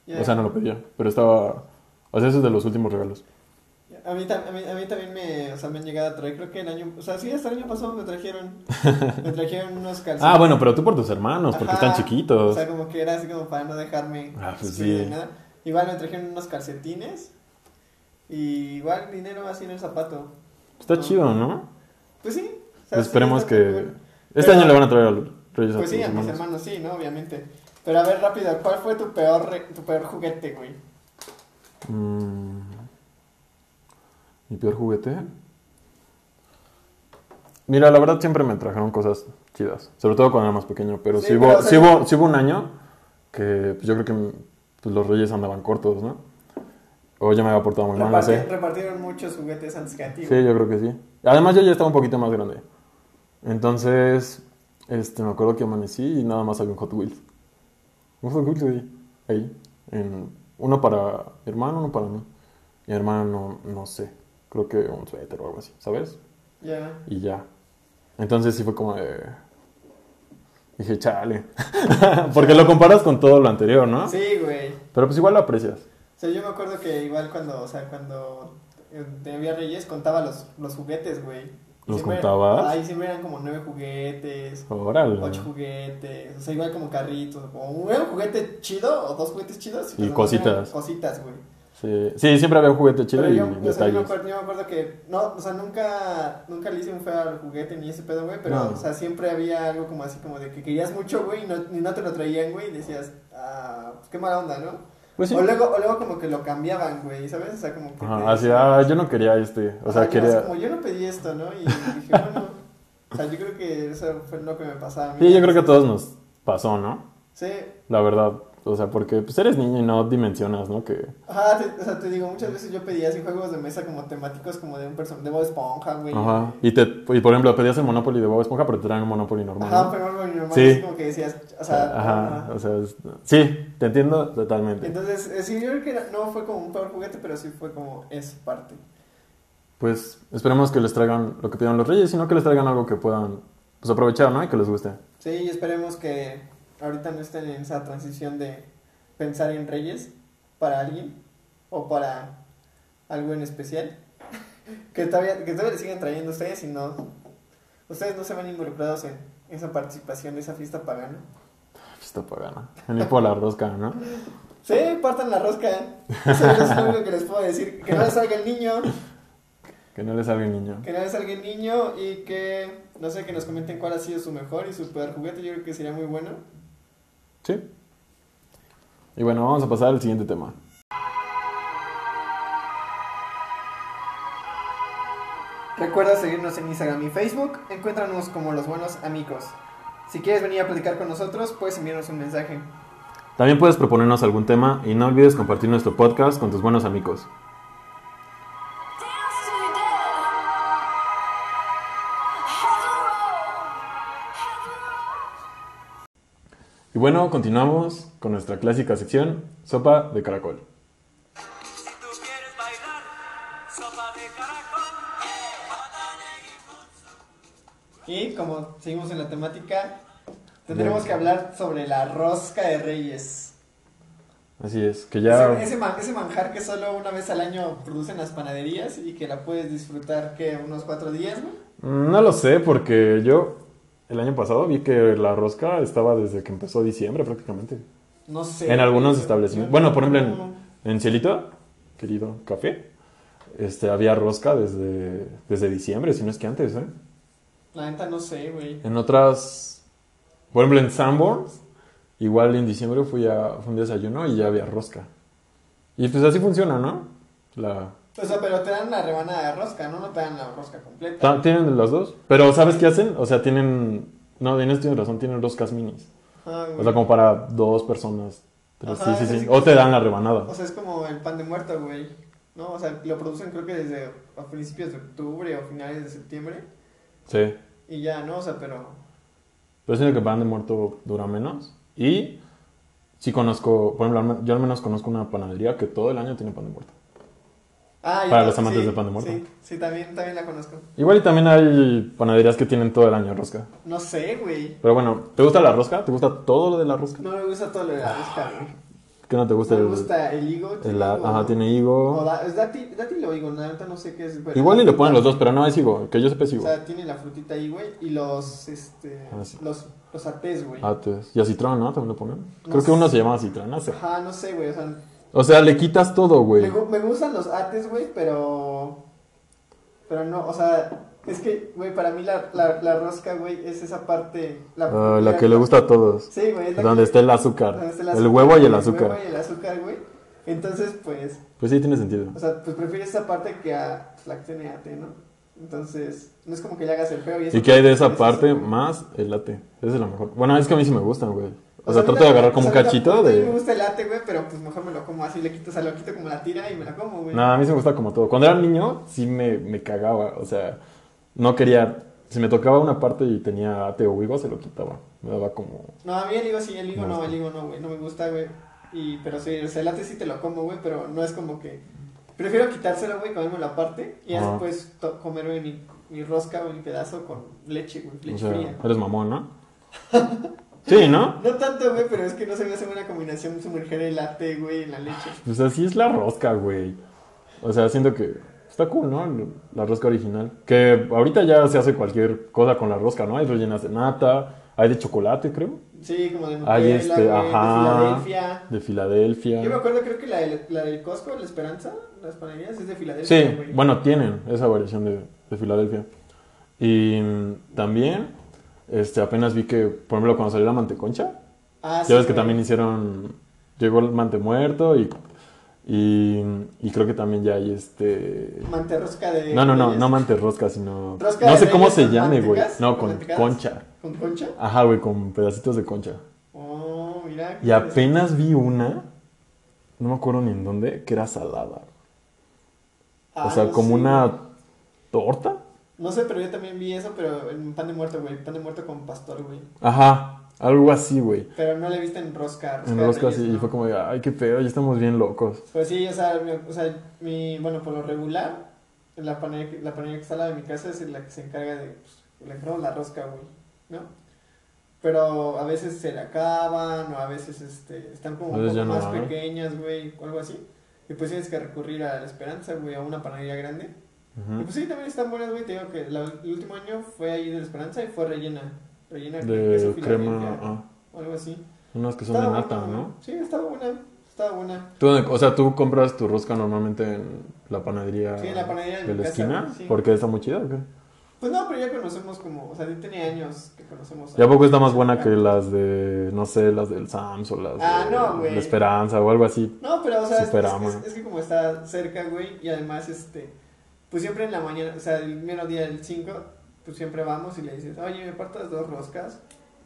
[SPEAKER 2] ya.
[SPEAKER 1] O sea, no lo pedía. Pero estaba... O sea, eso es de los últimos regalos.
[SPEAKER 2] A mí, tam- a, mí, a mí también me, o sea, me han llegado a traer, creo que el año, o sea, sí, hasta el año pasado me trajeron, me trajeron unos calzones.
[SPEAKER 1] Ah, bueno, pero tú por tus hermanos, porque
[SPEAKER 2] Ajá.
[SPEAKER 1] están chiquitos.
[SPEAKER 2] O sea, como que era así como para no dejarme
[SPEAKER 1] Ah, pues
[SPEAKER 2] excluido
[SPEAKER 1] sí.
[SPEAKER 2] de nada. Igual me trajeron unos calcetines y igual dinero así en el zapato.
[SPEAKER 1] Está
[SPEAKER 2] Ah.
[SPEAKER 1] chido, ¿no?
[SPEAKER 2] Pues sí. o sea,
[SPEAKER 1] Pues
[SPEAKER 2] sí,
[SPEAKER 1] esperemos
[SPEAKER 2] está
[SPEAKER 1] que...
[SPEAKER 2] muy bueno.
[SPEAKER 1] Este
[SPEAKER 2] Pero-
[SPEAKER 1] año le van a traer al Reyes a
[SPEAKER 2] Pues sí,
[SPEAKER 1] tus
[SPEAKER 2] a mis
[SPEAKER 1] hermanos.
[SPEAKER 2] hermanos sí, ¿no? Obviamente. Pero a ver, rápido, ¿cuál fue tu peor, re- tu peor juguete, güey?
[SPEAKER 1] Mm. ¿Mi peor juguete? Mira, la verdad siempre me trajeron cosas chidas. Sobre todo cuando era más pequeño. Pero
[SPEAKER 2] Sí,
[SPEAKER 1] sí, hubo,
[SPEAKER 2] pero, o sea,
[SPEAKER 1] sí hubo- sí hubo un año que pues, yo creo que mm, pues, los Reyes andaban cortos, ¿no? O yo me había portado muy mal, no
[SPEAKER 2] Reparti-
[SPEAKER 1] sé.
[SPEAKER 2] Repartieron muchos juguetes antes que a ti. güey.
[SPEAKER 1] Sí, yo creo que sí. Además, yo ya estaba un poquito más grande. Entonces, este, me acuerdo que amanecí y nada más había un Hot Wheels. Un Hot Wheels ahí. ahí en- uno para mi hermano, uno para mí. Mi hermano, no, no sé. Creo que un suéter o algo así, ¿sabes?
[SPEAKER 2] Ya.
[SPEAKER 1] Y ya. Entonces sí fue como de... Dije, chale. Porque lo comparas con todo lo anterior, ¿no?
[SPEAKER 2] Sí, güey.
[SPEAKER 1] Pero pues igual lo aprecias.
[SPEAKER 2] O sea, yo me acuerdo que igual cuando, o sea, cuando eh, tenía Reyes contaba los, los juguetes, güey. Y
[SPEAKER 1] ¿Los
[SPEAKER 2] siempre-
[SPEAKER 1] contabas?
[SPEAKER 2] Ay, siempre eran como nueve juguetes,
[SPEAKER 1] Órale.
[SPEAKER 2] ocho juguetes, o sea, igual como carritos, como un era un juguete chido o dos juguetes chidos.
[SPEAKER 1] Y
[SPEAKER 2] los
[SPEAKER 1] cositas.
[SPEAKER 2] demás eran Cositas, güey.
[SPEAKER 1] Sí. Sí, siempre había un juguete chido
[SPEAKER 2] Pero
[SPEAKER 1] y
[SPEAKER 2] yo, o sea, yo me
[SPEAKER 1] detalles.
[SPEAKER 2] acuerdo, yo me acuerdo que, no, o sea, nunca, nunca le hice un feo al juguete ni ese pedo, güey, pero,
[SPEAKER 1] No.
[SPEAKER 2] o sea, siempre había algo como así como de que querías mucho, güey, y no, y no te lo traían, güey, y decías, ah, pues qué mala onda, ¿no?
[SPEAKER 1] Pues sí.
[SPEAKER 2] O, luego, o luego como que lo cambiaban, güey, ¿sabes? O sea, como que... te-
[SPEAKER 1] Ajá, así, ah, yo no quería este. O sea,
[SPEAKER 2] Ajá, yo así
[SPEAKER 1] quería.
[SPEAKER 2] como yo no pedí esto, ¿no? Y dije, bueno... o sea, yo creo que eso fue lo que me pasaba a mí.
[SPEAKER 1] Sí, yo creo que a todos nos pasó, ¿no?
[SPEAKER 2] Sí,
[SPEAKER 1] La verdad. O sea, porque pues eres niño y no dimensionas, ¿no? Que...
[SPEAKER 2] Ajá, te- o sea, te digo, muchas veces yo pedía así juegos de mesa como temáticos como de un personaje, de Bob Esponja, güey.
[SPEAKER 1] Ajá. Y, te, y por ejemplo, pedías el Monopoly de Bob Esponja, pero te traen un Monopoly normal.
[SPEAKER 2] Ajá,
[SPEAKER 1] ¿no?
[SPEAKER 2] pero bueno, mi mamá
[SPEAKER 1] Sí.
[SPEAKER 2] es como que decías, o sea,
[SPEAKER 1] Ajá,
[SPEAKER 2] ajá.
[SPEAKER 1] o sea, es- sí, te entiendo totalmente.
[SPEAKER 2] Entonces, eh, sí, yo creo que era- no fue como un peor juguete, pero sí fue como es parte.
[SPEAKER 1] Pues esperemos que les traigan lo que pidan los reyes, sino que les traigan algo que puedan pues, aprovechar, ¿no? Y que les guste.
[SPEAKER 2] Sí, y esperemos que ahorita no estén en esa transición de pensar en reyes para alguien o para algo en especial. que todavía, que todavía le sigan trayendo ustedes y no. Ustedes no se van involucrados en esa participación de esa fiesta pagana.
[SPEAKER 1] Pues, Está pagana. Ni por la rosca, ¿no?
[SPEAKER 2] Sí, partan la rosca. ¿eh? Eso es lo único que les puedo decir. Que no les salga el niño,
[SPEAKER 1] Que no les salga el niño.
[SPEAKER 2] que no les salga el niño y que, no sé, que nos comenten cuál ha sido su mejor y su peor juguete. Yo creo que sería muy bueno.
[SPEAKER 1] Sí. Y bueno, vamos a pasar al siguiente tema.
[SPEAKER 2] Recuerda seguirnos en Instagram y Facebook, encuéntranos como los buenos amigos. Si quieres venir a platicar con nosotros, puedes enviarnos un mensaje.
[SPEAKER 1] También puedes proponernos algún tema y no olvides compartir nuestro podcast con tus buenos amigos.
[SPEAKER 4] Dance to death. Head and roll. Head and roll.
[SPEAKER 1] Y bueno, continuamos con nuestra clásica sección, sopa de caracol.
[SPEAKER 3] Si tú quieres bailar, sopa de caracol, banana y
[SPEAKER 2] Y como seguimos en la temática, tendremos que hablar sobre la rosca de reyes.
[SPEAKER 1] Así es, que
[SPEAKER 2] Ese,
[SPEAKER 1] ya...
[SPEAKER 2] ese man- ese manjar que solo una vez al año producen las panaderías y que la puedes disfrutar que unos cuatro días, ¿no?
[SPEAKER 1] Mm, No lo sé, porque yo el año pasado vi que la rosca estaba desde que empezó diciembre prácticamente.
[SPEAKER 2] No sé.
[SPEAKER 1] En algunos
[SPEAKER 2] Yo-
[SPEAKER 1] establecimientos.
[SPEAKER 2] yo-
[SPEAKER 1] Bueno, por ejemplo,
[SPEAKER 2] no.
[SPEAKER 1] en, en Cielito, querido café, este, había rosca desde, desde diciembre, si no es que antes, ¿eh?
[SPEAKER 2] La neta no sé, güey.
[SPEAKER 1] En otras, por ejemplo, en Sanborns, igual en diciembre fui a fue un desayuno y ya había rosca. Y pues así funciona, ¿no? La,
[SPEAKER 2] O sea, pero te dan la rebanada de rosca, ¿no? No te dan la rosca completa.
[SPEAKER 1] ta- tienen las dos. Pero ¿sabes qué hacen? O sea, tienen... No, en esto tienes razón, tienen roscas minis.
[SPEAKER 2] Ah, güey.
[SPEAKER 1] O sea, como para dos personas. Tres,
[SPEAKER 2] Ajá,
[SPEAKER 1] sí, sí,
[SPEAKER 2] así
[SPEAKER 1] sí.
[SPEAKER 2] como-
[SPEAKER 1] O te dan la rebanada.
[SPEAKER 2] O sea, es como el pan de muerto, güey. ¿No? O sea, lo producen creo que desde a principios de octubre o finales de septiembre.
[SPEAKER 1] Sí.
[SPEAKER 2] Y ya, ¿no? O sea, pero.
[SPEAKER 1] Pero siento que pan de muerto dura menos. Y sí conozco, por ejemplo, al men- yo al menos conozco una panadería que todo el año tiene pan de muerto.
[SPEAKER 2] Ah, yo
[SPEAKER 1] Para
[SPEAKER 2] tam-
[SPEAKER 1] los amantes del pan de muerto.
[SPEAKER 2] Sí, sí, también, también la conozco.
[SPEAKER 1] Igual y también hay panaderías que tienen todo el año rosca.
[SPEAKER 2] No sé, güey.
[SPEAKER 1] Pero bueno, ¿te gusta la rosca? ¿Te gusta todo lo de la rosca?
[SPEAKER 2] No me gusta todo lo de la rosca, güey.
[SPEAKER 1] ¿Qué no te gusta?
[SPEAKER 2] No me
[SPEAKER 1] el-
[SPEAKER 2] gusta el higo.
[SPEAKER 1] el- la-
[SPEAKER 2] higo,
[SPEAKER 1] ajá,
[SPEAKER 2] ¿no?
[SPEAKER 1] tiene
[SPEAKER 2] O
[SPEAKER 1] higo.
[SPEAKER 2] da- es dátil, dátil o higo, la neta no sé qué es. pero-
[SPEAKER 1] Igual y le ponen los dos, pero no es higo. Que yo sepa es
[SPEAKER 2] O
[SPEAKER 1] higo.
[SPEAKER 2] sea, tiene la frutita ahí, güey. Y los, este.
[SPEAKER 1] Ah, sí.
[SPEAKER 2] Los, los atés, güey.
[SPEAKER 1] Ah, pues, Y a citrón, ¿no? También le ponen.
[SPEAKER 2] No
[SPEAKER 1] Creo que
[SPEAKER 2] sé.
[SPEAKER 1] uno se llama citrón, no sé.
[SPEAKER 2] Ajá, no sé, güey. O sea,
[SPEAKER 1] O sea, le quitas todo,
[SPEAKER 2] Me,
[SPEAKER 1] güey.
[SPEAKER 2] gu- me gustan los ates, güey, pero. Pero no, o sea, es que, güey, para mí la, la, la rosca, güey, es esa parte. La,
[SPEAKER 1] Ah, la que le gusta a todos.
[SPEAKER 2] Sí, güey, es la
[SPEAKER 1] Donde
[SPEAKER 2] que-
[SPEAKER 1] está el
[SPEAKER 2] donde
[SPEAKER 1] azúcar.
[SPEAKER 2] está
[SPEAKER 1] El huevo y el azúcar.
[SPEAKER 2] huevo y el azúcar, güey. Entonces, pues.
[SPEAKER 1] Pues sí, tiene sentido.
[SPEAKER 2] O sea, pues prefieres esa parte que a pues, la que tiene ate, ¿no? Entonces, no es como que le hagas el feo y eso.
[SPEAKER 1] ¿Y qué hay de esa
[SPEAKER 2] eso-
[SPEAKER 1] parte más el latte? Esa es la mejor. Bueno, es que a mí sí me gustan, güey. O sea,
[SPEAKER 2] a mí
[SPEAKER 1] trato de
[SPEAKER 2] la-
[SPEAKER 1] agarrar
[SPEAKER 2] o
[SPEAKER 1] como un
[SPEAKER 2] sea, a mí
[SPEAKER 1] cachito
[SPEAKER 2] tampoco me
[SPEAKER 1] de...
[SPEAKER 2] gusta el ate, güey, pero pues mejor me lo como así, le quito, o sea, lo quito como la tira y me la como, güey.
[SPEAKER 1] Nada, a mí sí me gusta como todo. Cuando era niño, sí me, me cagaba. O sea, no quería... Si me tocaba una parte y tenía ate o higo, se lo quitaba. Me daba como...
[SPEAKER 2] No, a mí el higo sí, el higo
[SPEAKER 1] Me
[SPEAKER 2] no,
[SPEAKER 1] gusta.
[SPEAKER 2] el higo no, güey, no me gusta, güey. Y, pero sí, o sea, el ate sí te lo como, güey, pero no es como que... Prefiero quitárselo, güey, comerme la parte y ya
[SPEAKER 1] Ajá.
[SPEAKER 2] después to- comerme mi, mi rosca o mi pedazo con leche, güey,
[SPEAKER 1] O
[SPEAKER 2] leche
[SPEAKER 1] sea,
[SPEAKER 2] fría.
[SPEAKER 1] eres mamón, ¿no? Sí, ¿no?
[SPEAKER 2] No tanto, güey, pero es que no se me hace buena combinación sumerger el ate, güey, en la leche.
[SPEAKER 1] Pues así es la rosca, güey. O sea, siento que está cool, ¿no? La rosca original. Que ahorita ya se hace cualquier cosa con la rosca, ¿no? Hay rellenas de nata, hay de chocolate, creo.
[SPEAKER 2] Sí, como de
[SPEAKER 1] Hay
[SPEAKER 2] Nutella,
[SPEAKER 1] este,
[SPEAKER 2] güey, de
[SPEAKER 1] ajá.
[SPEAKER 2] Filadelfia.
[SPEAKER 1] De
[SPEAKER 2] Yo me
[SPEAKER 1] Filadelfia.
[SPEAKER 2] acuerdo, creo que la del, la del Costco, la Esperanza, las panaderías, es de Filadelfia,
[SPEAKER 1] Sí,
[SPEAKER 2] güey.
[SPEAKER 1] bueno, tienen esa variación de, de Filadelfia. Y mm, también, este, apenas vi que, por ejemplo, cuando salió la manteconcha,
[SPEAKER 2] Ah, sí,
[SPEAKER 1] ya ves que
[SPEAKER 2] güey.
[SPEAKER 1] también hicieron, llegó el mante muerto y, y, y creo que también ya hay este...
[SPEAKER 2] Manterrosca de...
[SPEAKER 1] No, no, no,
[SPEAKER 2] reyes.
[SPEAKER 1] no mante rosca, sino...
[SPEAKER 2] Rosca
[SPEAKER 1] no
[SPEAKER 2] de
[SPEAKER 1] sé cómo
[SPEAKER 2] reyes
[SPEAKER 1] se
[SPEAKER 2] con
[SPEAKER 1] llame, güey.
[SPEAKER 2] mantecas,
[SPEAKER 1] No,
[SPEAKER 2] con
[SPEAKER 1] con
[SPEAKER 2] mantecadas.
[SPEAKER 1] concha.
[SPEAKER 2] ¿Con concha?
[SPEAKER 1] Ajá, güey, con pedacitos de concha.
[SPEAKER 2] Oh, mira. mira.
[SPEAKER 1] Y apenas vi una, no me acuerdo ni en dónde, que era salada.
[SPEAKER 2] Ah,
[SPEAKER 1] o sea,
[SPEAKER 2] no
[SPEAKER 1] como
[SPEAKER 2] sé.
[SPEAKER 1] una torta.
[SPEAKER 2] No sé, pero yo también vi eso, pero en pan de muerto, güey. Pan de muerto con pastor, güey.
[SPEAKER 1] Ajá, algo así, güey.
[SPEAKER 2] Pero no la viste en rosca.
[SPEAKER 1] En
[SPEAKER 2] de
[SPEAKER 1] rosca
[SPEAKER 2] Reyes,
[SPEAKER 1] así, y
[SPEAKER 2] ¿no?
[SPEAKER 1] fue como, de, ay, qué pedo, ya estamos bien locos.
[SPEAKER 2] Pues sí, o sea, mi, o sea, mi- bueno, por lo regular, la panadería, que- la panadería que está al lado de mi casa es la que se encarga de, pues, le encargo la rosca, güey, ¿no? Pero a veces se la acaban, o a veces, este, están como
[SPEAKER 1] A
[SPEAKER 2] un
[SPEAKER 1] veces ya
[SPEAKER 2] poco
[SPEAKER 1] no
[SPEAKER 2] más
[SPEAKER 1] hay.
[SPEAKER 2] pequeñas, güey, o algo así. Y pues tienes que recurrir a la esperanza, güey, a una panadería grande. Y
[SPEAKER 1] Ujú.
[SPEAKER 2] pues sí, también están buenas, güey, te digo que la- el último año fue ahí de la esperanza y fue rellena, rellena con queso
[SPEAKER 1] De crema,
[SPEAKER 2] Filadelfia,
[SPEAKER 1] ah,
[SPEAKER 2] o algo así.
[SPEAKER 1] unas que son de
[SPEAKER 2] Estaba
[SPEAKER 1] nata,
[SPEAKER 2] buena,
[SPEAKER 1] ¿no?
[SPEAKER 2] Sí, estaba buena, estaba buena.
[SPEAKER 1] Tú, o sea, tú compras tu rosca normalmente en la panadería,
[SPEAKER 2] Sí, en la panadería de
[SPEAKER 1] de
[SPEAKER 2] mi
[SPEAKER 1] la
[SPEAKER 2] casa,
[SPEAKER 1] esquina,
[SPEAKER 2] sí.
[SPEAKER 1] porque está muy chida, ¿o qué?
[SPEAKER 2] Pues no, pero ya conocemos como, o sea, ya tenía años que conocemos.
[SPEAKER 1] ¿Y a poco está más buena que las de, no sé, las del Sams o las
[SPEAKER 2] Ah,
[SPEAKER 1] de
[SPEAKER 2] no, güey.
[SPEAKER 1] La Esperanza o algo así?
[SPEAKER 2] No, pero o sea, es,
[SPEAKER 1] Superama.
[SPEAKER 2] es- es- es que como está cerca, güey, y además, este, pues siempre en la mañana, o sea, el mero día del 5, pues siempre vamos y le dices, oye, me partas dos roscas.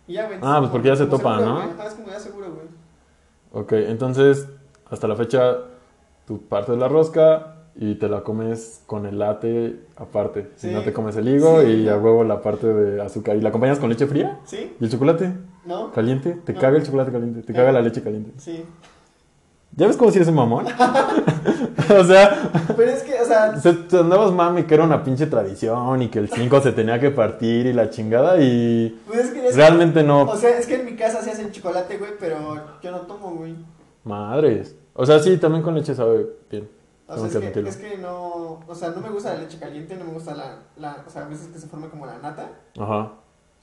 [SPEAKER 2] Y ya, güey.
[SPEAKER 1] Ah, pues porque ya se topan,
[SPEAKER 2] seguro,
[SPEAKER 1] ¿no?
[SPEAKER 2] güey. Ajá, es como ya seguro, güey.
[SPEAKER 1] Ok, entonces, hasta la fecha, tú partes la rosca y te la comes con el latte aparte. Si
[SPEAKER 2] Sí.
[SPEAKER 1] no te comes el higo
[SPEAKER 2] Sí.
[SPEAKER 1] y a huevo la parte de azúcar. ¿Y la acompañas con leche fría?
[SPEAKER 2] ¿Sí?
[SPEAKER 1] ¿Y el chocolate
[SPEAKER 2] ¿No?
[SPEAKER 1] caliente? ¿Te
[SPEAKER 2] No.
[SPEAKER 1] caga el chocolate caliente? ¿Te
[SPEAKER 2] Eh.
[SPEAKER 1] caga la leche caliente?
[SPEAKER 2] Sí.
[SPEAKER 1] ¿Ya ves cómo si eres un mamón? o sea,
[SPEAKER 2] Pero es que, o sea,
[SPEAKER 1] se- te andabas mami que era una pinche tradición y que el 5 se tenía que partir y la chingada y...
[SPEAKER 2] pues es que ya es-
[SPEAKER 1] Realmente no
[SPEAKER 2] O sea, es que en mi casa se hacen chocolate, güey, pero yo no tomo, güey.
[SPEAKER 1] Madres. O sea, sí, también con leche sabe bien.
[SPEAKER 2] O
[SPEAKER 1] Tengo
[SPEAKER 2] sea,
[SPEAKER 1] que
[SPEAKER 2] es que,
[SPEAKER 1] admitirlo.
[SPEAKER 2] es que no, o sea, no me gusta la leche caliente, no me gusta la, la, o sea, a veces que se forma como la nata.
[SPEAKER 1] Ajá.